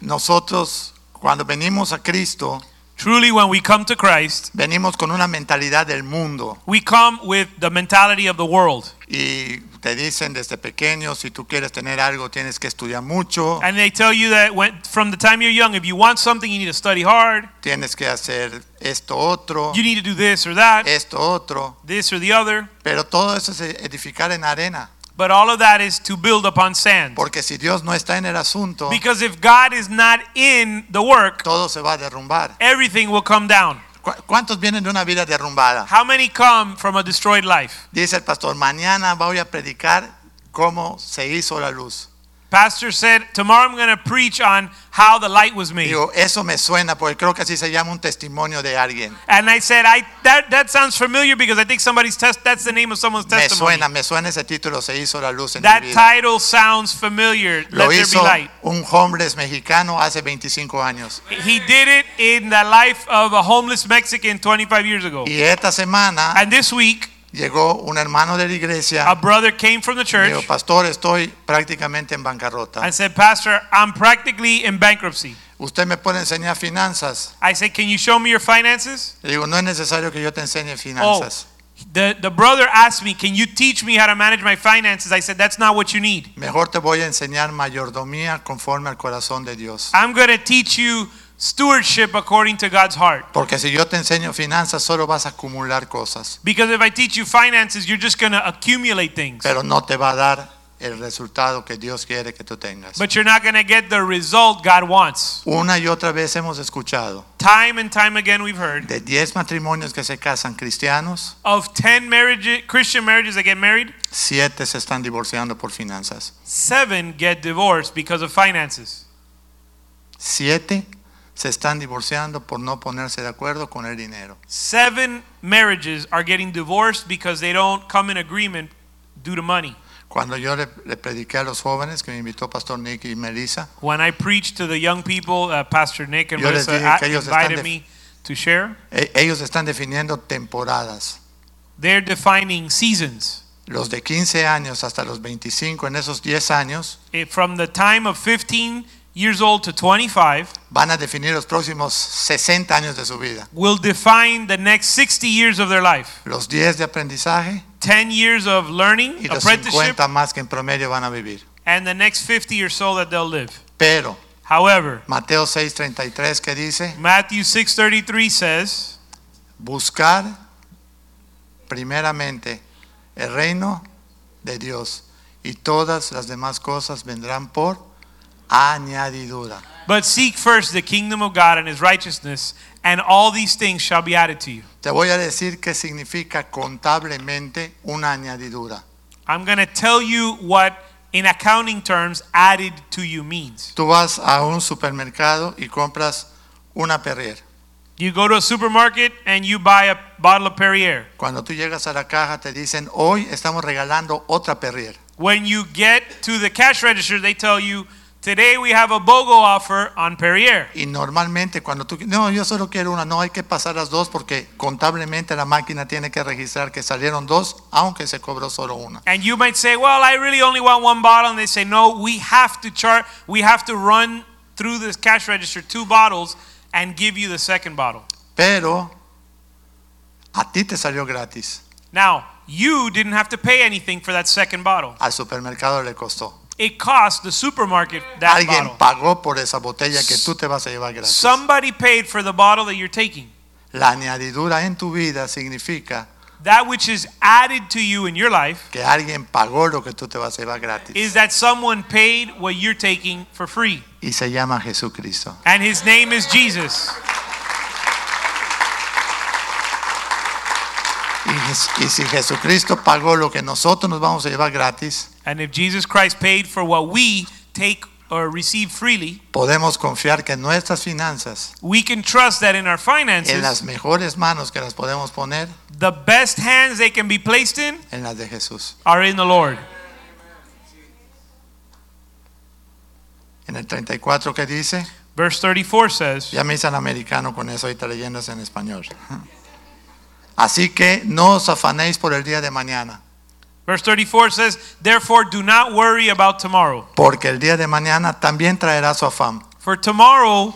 Speaker 3: nosotros cuando venimos a Cristo,
Speaker 2: Truly, when we come to Christ,
Speaker 3: venimos con una mentalidad del mundo.
Speaker 2: we come with the mentality of the world.
Speaker 3: Y te dicen desde pequeño, si tú quieres tener algo, tienes que estudiar mucho,
Speaker 2: And they tell you that when, from the time you're young, if you want something, you need to study hard,
Speaker 3: tienes que hacer esto otro,
Speaker 2: you need to do this or that,
Speaker 3: esto otro.
Speaker 2: this or the other.
Speaker 3: Pero todo eso es edificar en arena.
Speaker 2: But all of that is to build upon sand.
Speaker 3: Porque si Dios no está en el asunto,
Speaker 2: Because if God is not in the work,
Speaker 3: todo se va a derrumbar.
Speaker 2: everything will come down.
Speaker 3: ¿Cu- ¿Cuántos vienen de una vida derrumbada?
Speaker 2: How many come from a destroyed life?
Speaker 3: Dice el pastor, mañana voy a predicar cómo se hizo la luz.
Speaker 2: Pastor said, Tomorrow I'm going to preach on how the light was made.
Speaker 3: Digo, eso me suena porque creo que así se llama un testimonio de alguien.
Speaker 2: And I said, I that that sounds familiar because I think somebody's test. That's the name of someone's
Speaker 3: Me
Speaker 2: testimony.
Speaker 3: suena, me suena ese título, se hizo la luz en mi
Speaker 2: That
Speaker 3: vida.
Speaker 2: title sounds familiar. Let
Speaker 3: Lo
Speaker 2: there be
Speaker 3: hizo
Speaker 2: light.
Speaker 3: un homeless mexicano hace 25 años.
Speaker 2: He did it in the life of a homeless Mexican 25 years ago.
Speaker 3: Y esta semana
Speaker 2: And this week,
Speaker 3: llegó un hermano de la
Speaker 2: a
Speaker 3: iglesia.
Speaker 2: brother came from the
Speaker 3: Me Dijo,
Speaker 2: church
Speaker 3: pastor, estoy prácticamente en bancarrota.
Speaker 2: and said, Pastor, I'm practically in bankruptcy.
Speaker 3: Usted me puede enseñar finanzas.
Speaker 2: I said, Can you show me your finances? Oh,
Speaker 3: Le digo, no es necesario que yo te enseñe finanzas.
Speaker 2: The the brother asked me, Can you teach me how to manage my finances? I said, That's not what you need.
Speaker 3: Mejor te voy a enseñar mayordomía conforme al corazón de Dios.
Speaker 2: I'm gonna teach you stewardship according to God's heart.
Speaker 3: Porque si yo te enseño finanzas, solo vas a acumular cosas,
Speaker 2: Because if I teach you finances, you're just going to accumulate things.
Speaker 3: pero no te va a dar el resultado que Dios quiere que tú tengas.
Speaker 2: But you're not going to get the result God wants.
Speaker 3: Una y otra vez hemos escuchado
Speaker 2: Time and time again, we've heard
Speaker 3: de 10 matrimonios que se casan cristianos,
Speaker 2: of 10 marriage, Christian marriages that get married,
Speaker 3: 7 se están divorciando por finanzas.
Speaker 2: seven get divorced because of finances.
Speaker 3: 7 se están divorciando por no ponerse de acuerdo con el dinero.
Speaker 2: Seven marriages are getting divorced because they don't come in agreement due to money.
Speaker 3: Cuando yo le, le prediqué a los jóvenes que me invitó Pastor Nick y Melissa,
Speaker 2: When I preached to the young people, uh, Pastor Nick and
Speaker 3: Yo les
Speaker 2: Melissa
Speaker 3: dije que
Speaker 2: a-
Speaker 3: ellos están
Speaker 2: invited
Speaker 3: def-
Speaker 2: me to share,
Speaker 3: e- ellos están definiendo temporadas.
Speaker 2: they're defining seasons.
Speaker 3: Los de 15 años hasta los 25, en esos 10 años,
Speaker 2: It, from the time of 15 years old to 25,
Speaker 3: van a definir los próximos 60 años de su vida.
Speaker 2: will define the next 60 years of their life.
Speaker 3: Los 10 de aprendizaje
Speaker 2: 10 years of learning,
Speaker 3: y los
Speaker 2: apprenticeship,
Speaker 3: 50 más que en promedio van a vivir.
Speaker 2: and the next 50 or so that they'll live.
Speaker 3: Pero
Speaker 2: However,
Speaker 3: Mateo 6:33 que dice,
Speaker 2: Matthew 6:33 says,
Speaker 3: buscar primeramente el reino de Dios. Y todas las demás cosas vendrán por añadidura.
Speaker 2: But seek first the kingdom of God and his righteousness, and all these things shall be added to you.
Speaker 3: Te voy a decir qué significa contablemente una añadidura.
Speaker 2: I'm going to tell you what, in accounting terms, added to you means.
Speaker 3: Tú vas a un supermercado y compras una Perrier.
Speaker 2: You go to a supermarket and you buy a bottle of Perrier.
Speaker 3: Cuando tú llegas a la caja te dicen, hoy estamos regalando otra Perrier.
Speaker 2: When you get to the cash register, they tell you, today we have a BOGO offer on Perrier.
Speaker 3: Y normalmente cuando tú, no, yo solo quiero una, no, hay que pasar las dos porque contablemente la máquina tiene que registrar que salieron dos, aunque se cobró solo una.
Speaker 2: And you might say, well, I really only want one bottle. And they say, no, we have to chart, we have to run through this cash register two bottles and give you the second bottle.
Speaker 3: Pero a ti te salió gratis,
Speaker 2: Now, you didn't have to pay anything for that second bottle.
Speaker 3: al supermercado le costó.
Speaker 2: It cost the supermarket that
Speaker 3: Alguien
Speaker 2: bottle.
Speaker 3: pagó por esa botella que tú te vas a llevar gratis.
Speaker 2: Somebody paid for the bottle that you're taking.
Speaker 3: La añadidura en tu vida significa
Speaker 2: That which is added to you in your life
Speaker 3: que alguien pagó lo que tú te vas a llevar gratis.
Speaker 2: is that someone paid what you're taking for free.
Speaker 3: Y se llama Jesucristo.
Speaker 2: And his name is Jesus.
Speaker 3: Y, Jes- y si Jesucristo pagó lo que nosotros nos vamos a llevar gratis,
Speaker 2: And if Jesus Christ paid for what we take or receive freely,
Speaker 3: podemos confiar que nuestras finanzas,
Speaker 2: we can trust that in our
Speaker 3: en las
Speaker 2: finances,
Speaker 3: mejores manos que las podemos poner,
Speaker 2: the best hands they can be placed in
Speaker 3: en las de Jesús.
Speaker 2: are in the Lord.
Speaker 3: En el 34 que dice,
Speaker 2: Verse 34 says,
Speaker 3: ya me hice en americano con eso, ahorita leyendo es en español. Así que no os afanéis por el día de mañana,
Speaker 2: verse 34 says, therefore do not worry about tomorrow,
Speaker 3: porque el día de mañana también traerá su afán.
Speaker 2: for tomorrow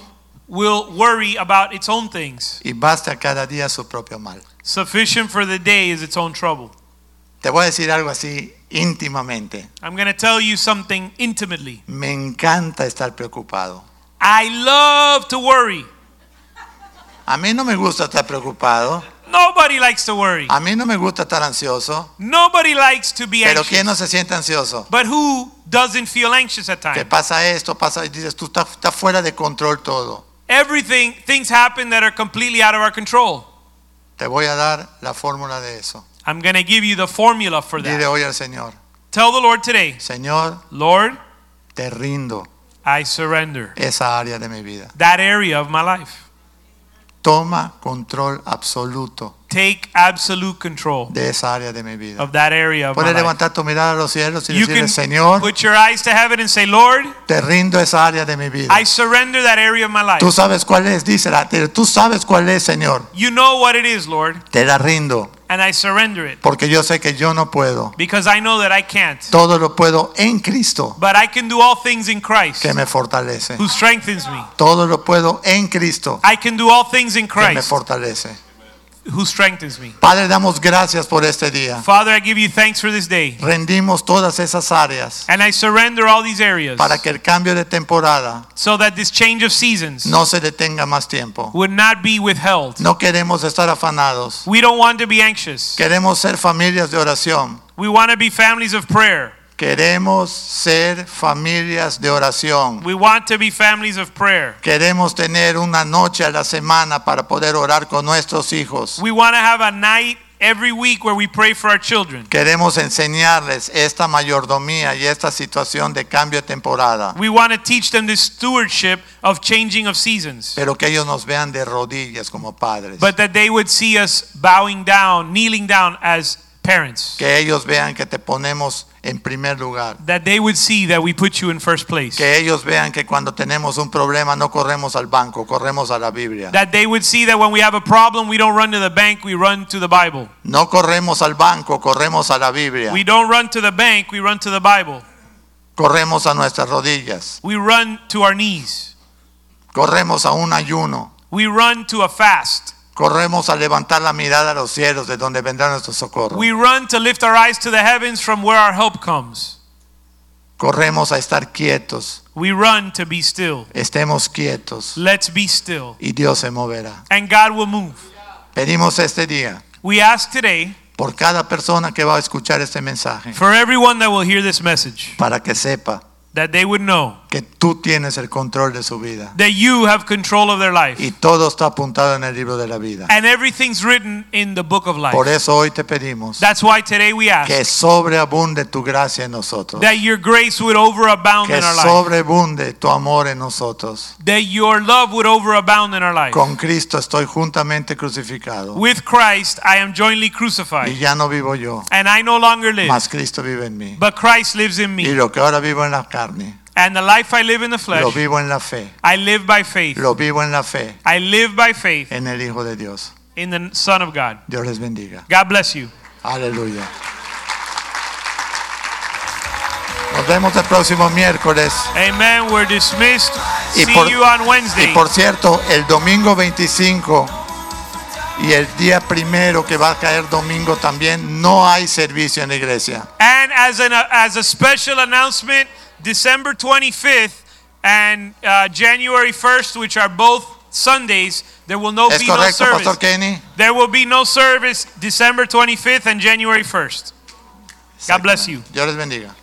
Speaker 2: will worry about its own things.
Speaker 3: y basta cada día su propio mal.
Speaker 2: Sufficient for the day is its own trouble.
Speaker 3: Te voy a decir algo así íntimamente.
Speaker 2: I'm going to tell you something intimately.
Speaker 3: Me encanta estar preocupado.
Speaker 2: I love to worry.
Speaker 3: A mí no me gusta estar preocupado.
Speaker 2: Nobody likes to worry.
Speaker 3: A mí no me gusta estar ansioso.
Speaker 2: Nobody likes to be
Speaker 3: Pero
Speaker 2: anxious.
Speaker 3: ¿quién no se siente ansioso?
Speaker 2: But who doesn't feel anxious at
Speaker 3: Que
Speaker 2: times?
Speaker 3: pasa esto, pasa y dices, tú estás, estás fuera de control todo.
Speaker 2: Everything, things happen that are completely out of our control.
Speaker 3: Te voy a dar la fórmula de eso.
Speaker 2: I'm going to give you the formula for
Speaker 3: Dile
Speaker 2: that.
Speaker 3: hoy al Señor,
Speaker 2: Tell the Lord today,
Speaker 3: Señor,
Speaker 2: Lord,
Speaker 3: te rindo
Speaker 2: I surrender
Speaker 3: esa área de mi vida.
Speaker 2: that area of my life.
Speaker 3: Toma control absoluto
Speaker 2: Take absolute control
Speaker 3: de esa área de mi vida.
Speaker 2: of that area of Oh, my
Speaker 3: Puedes
Speaker 2: life.
Speaker 3: levantar tu mirada a los cielos y
Speaker 2: You can
Speaker 3: decirle, Señor,
Speaker 2: put your eyes to heaven and say, Lord,
Speaker 3: Te rindo esa área de mi vida.
Speaker 2: I surrender that area of my life.
Speaker 3: Tú sabes cuál es, dice la Tú sabes cuál es, Señor.
Speaker 2: You know what it is, Lord,
Speaker 3: Te la rindo,
Speaker 2: and I surrender it
Speaker 3: porque yo sé que yo no puedo.
Speaker 2: because I know that I can't.
Speaker 3: Todo lo puedo en Cristo
Speaker 2: But I can do all things in Christ
Speaker 3: que me fortalece.
Speaker 2: who strengthens me.
Speaker 3: Todo lo puedo en Cristo
Speaker 2: I can do all things in
Speaker 3: que me
Speaker 2: Christ
Speaker 3: fortalece.
Speaker 2: who strengthens me.
Speaker 3: Padre, damos gracias por este día.
Speaker 2: Father, I give you thanks for this day.
Speaker 3: Rendimos todas esas áreas
Speaker 2: And I surrender all these areas
Speaker 3: para que el cambio de temporada
Speaker 2: so that this change of seasons
Speaker 3: no se detenga más tiempo.
Speaker 2: would not be withheld.
Speaker 3: No queremos estar afanados.
Speaker 2: We don't want to be anxious.
Speaker 3: Queremos ser familias de oración.
Speaker 2: We want to be families of prayer.
Speaker 3: Queremos ser familias de oración.
Speaker 2: We want to be families of prayer.
Speaker 3: Queremos tener una noche a la semana para poder orar con nuestros hijos.
Speaker 2: We want to have a night every week where we pray for our children.
Speaker 3: Queremos enseñarles esta mayordomía y esta situación de cambio de temporada,
Speaker 2: We want to teach them this stewardship of changing of seasons,
Speaker 3: pero que ellos nos vean de rodillas como padres.
Speaker 2: but that they would see us bowing down, kneeling down as parents.
Speaker 3: Que ellos vean que te ponemos en primer lugar.
Speaker 2: That they would see that we put you in first place.
Speaker 3: Que ellos vean que cuando tenemos un problema no corremos al banco, corremos a la Biblia.
Speaker 2: That they would see that when we have a problem, we don't run to the bank, we run to the Bible.
Speaker 3: No corremos al banco, corremos a la Biblia.
Speaker 2: We don't run to the bank, we run to the Bible.
Speaker 3: Corremos a nuestras rodillas.
Speaker 2: We run to our knees.
Speaker 3: Corremos a un ayuno.
Speaker 2: We run to a fast.
Speaker 3: Corremos a levantar la mirada a los cielos de donde vendrá nuestro socorro.
Speaker 2: We run to lift our eyes to the heavens from where our help comes.
Speaker 3: Corremos a estar quietos.
Speaker 2: We run to be still.
Speaker 3: Estemos quietos
Speaker 2: Let's be still.
Speaker 3: y Dios se moverá.
Speaker 2: And God will move.
Speaker 3: Pedimos este día
Speaker 2: We ask today
Speaker 3: por cada persona que va a escuchar este mensaje,
Speaker 2: for everyone that will hear this message,
Speaker 3: para que sepa
Speaker 2: that they would know
Speaker 3: que tú tienes el control de su vida.
Speaker 2: that you have control of their life.
Speaker 3: Y todo está apuntado en el libro de la vida.
Speaker 2: And everything's written in the book of
Speaker 3: Por
Speaker 2: life.
Speaker 3: eso hoy te pedimos
Speaker 2: That's why today we ask
Speaker 3: que sobreabunde tu gracia en nosotros.
Speaker 2: that your grace would overabound
Speaker 3: Que
Speaker 2: in our life,
Speaker 3: sobreabunde tu amor en nosotros.
Speaker 2: that your love would overabound in our life.
Speaker 3: Con Cristo estoy juntamente crucificado.
Speaker 2: With Christ, I am jointly
Speaker 3: Y
Speaker 2: crucified,
Speaker 3: ya no vivo yo,
Speaker 2: and I no longer live,
Speaker 3: mas Cristo vive en mí.
Speaker 2: but Christ lives in
Speaker 3: Y
Speaker 2: me.
Speaker 3: lo que ahora vivo en la carne,
Speaker 2: And the life I live in the
Speaker 3: lo
Speaker 2: flesh,
Speaker 3: vivo en la fe.
Speaker 2: I live by faith.
Speaker 3: Lo vivo en la fe
Speaker 2: I live by faith
Speaker 3: en el Hijo de Dios.
Speaker 2: in the Son of God.
Speaker 3: Dios les bendiga.
Speaker 2: God bless you.
Speaker 3: Aleluya. Nos vemos el próximo miércoles.
Speaker 2: Amen. We're dismissed.
Speaker 3: Y
Speaker 2: See
Speaker 3: por-
Speaker 2: you on Wednesday.
Speaker 3: Y por cierto, el domingo 25 y el día primero que va a caer domingo también, no hay servicio en la iglesia.
Speaker 2: And as an uh, as a special announcement, December 25th and uh, January 1st, which are both Sundays, there will no
Speaker 3: ¿Es
Speaker 2: be no
Speaker 3: correcto,
Speaker 2: service.
Speaker 3: Pastor Kenny?
Speaker 2: There will be no service December 25th and January 1st. God bless you.
Speaker 3: Dios les bendiga.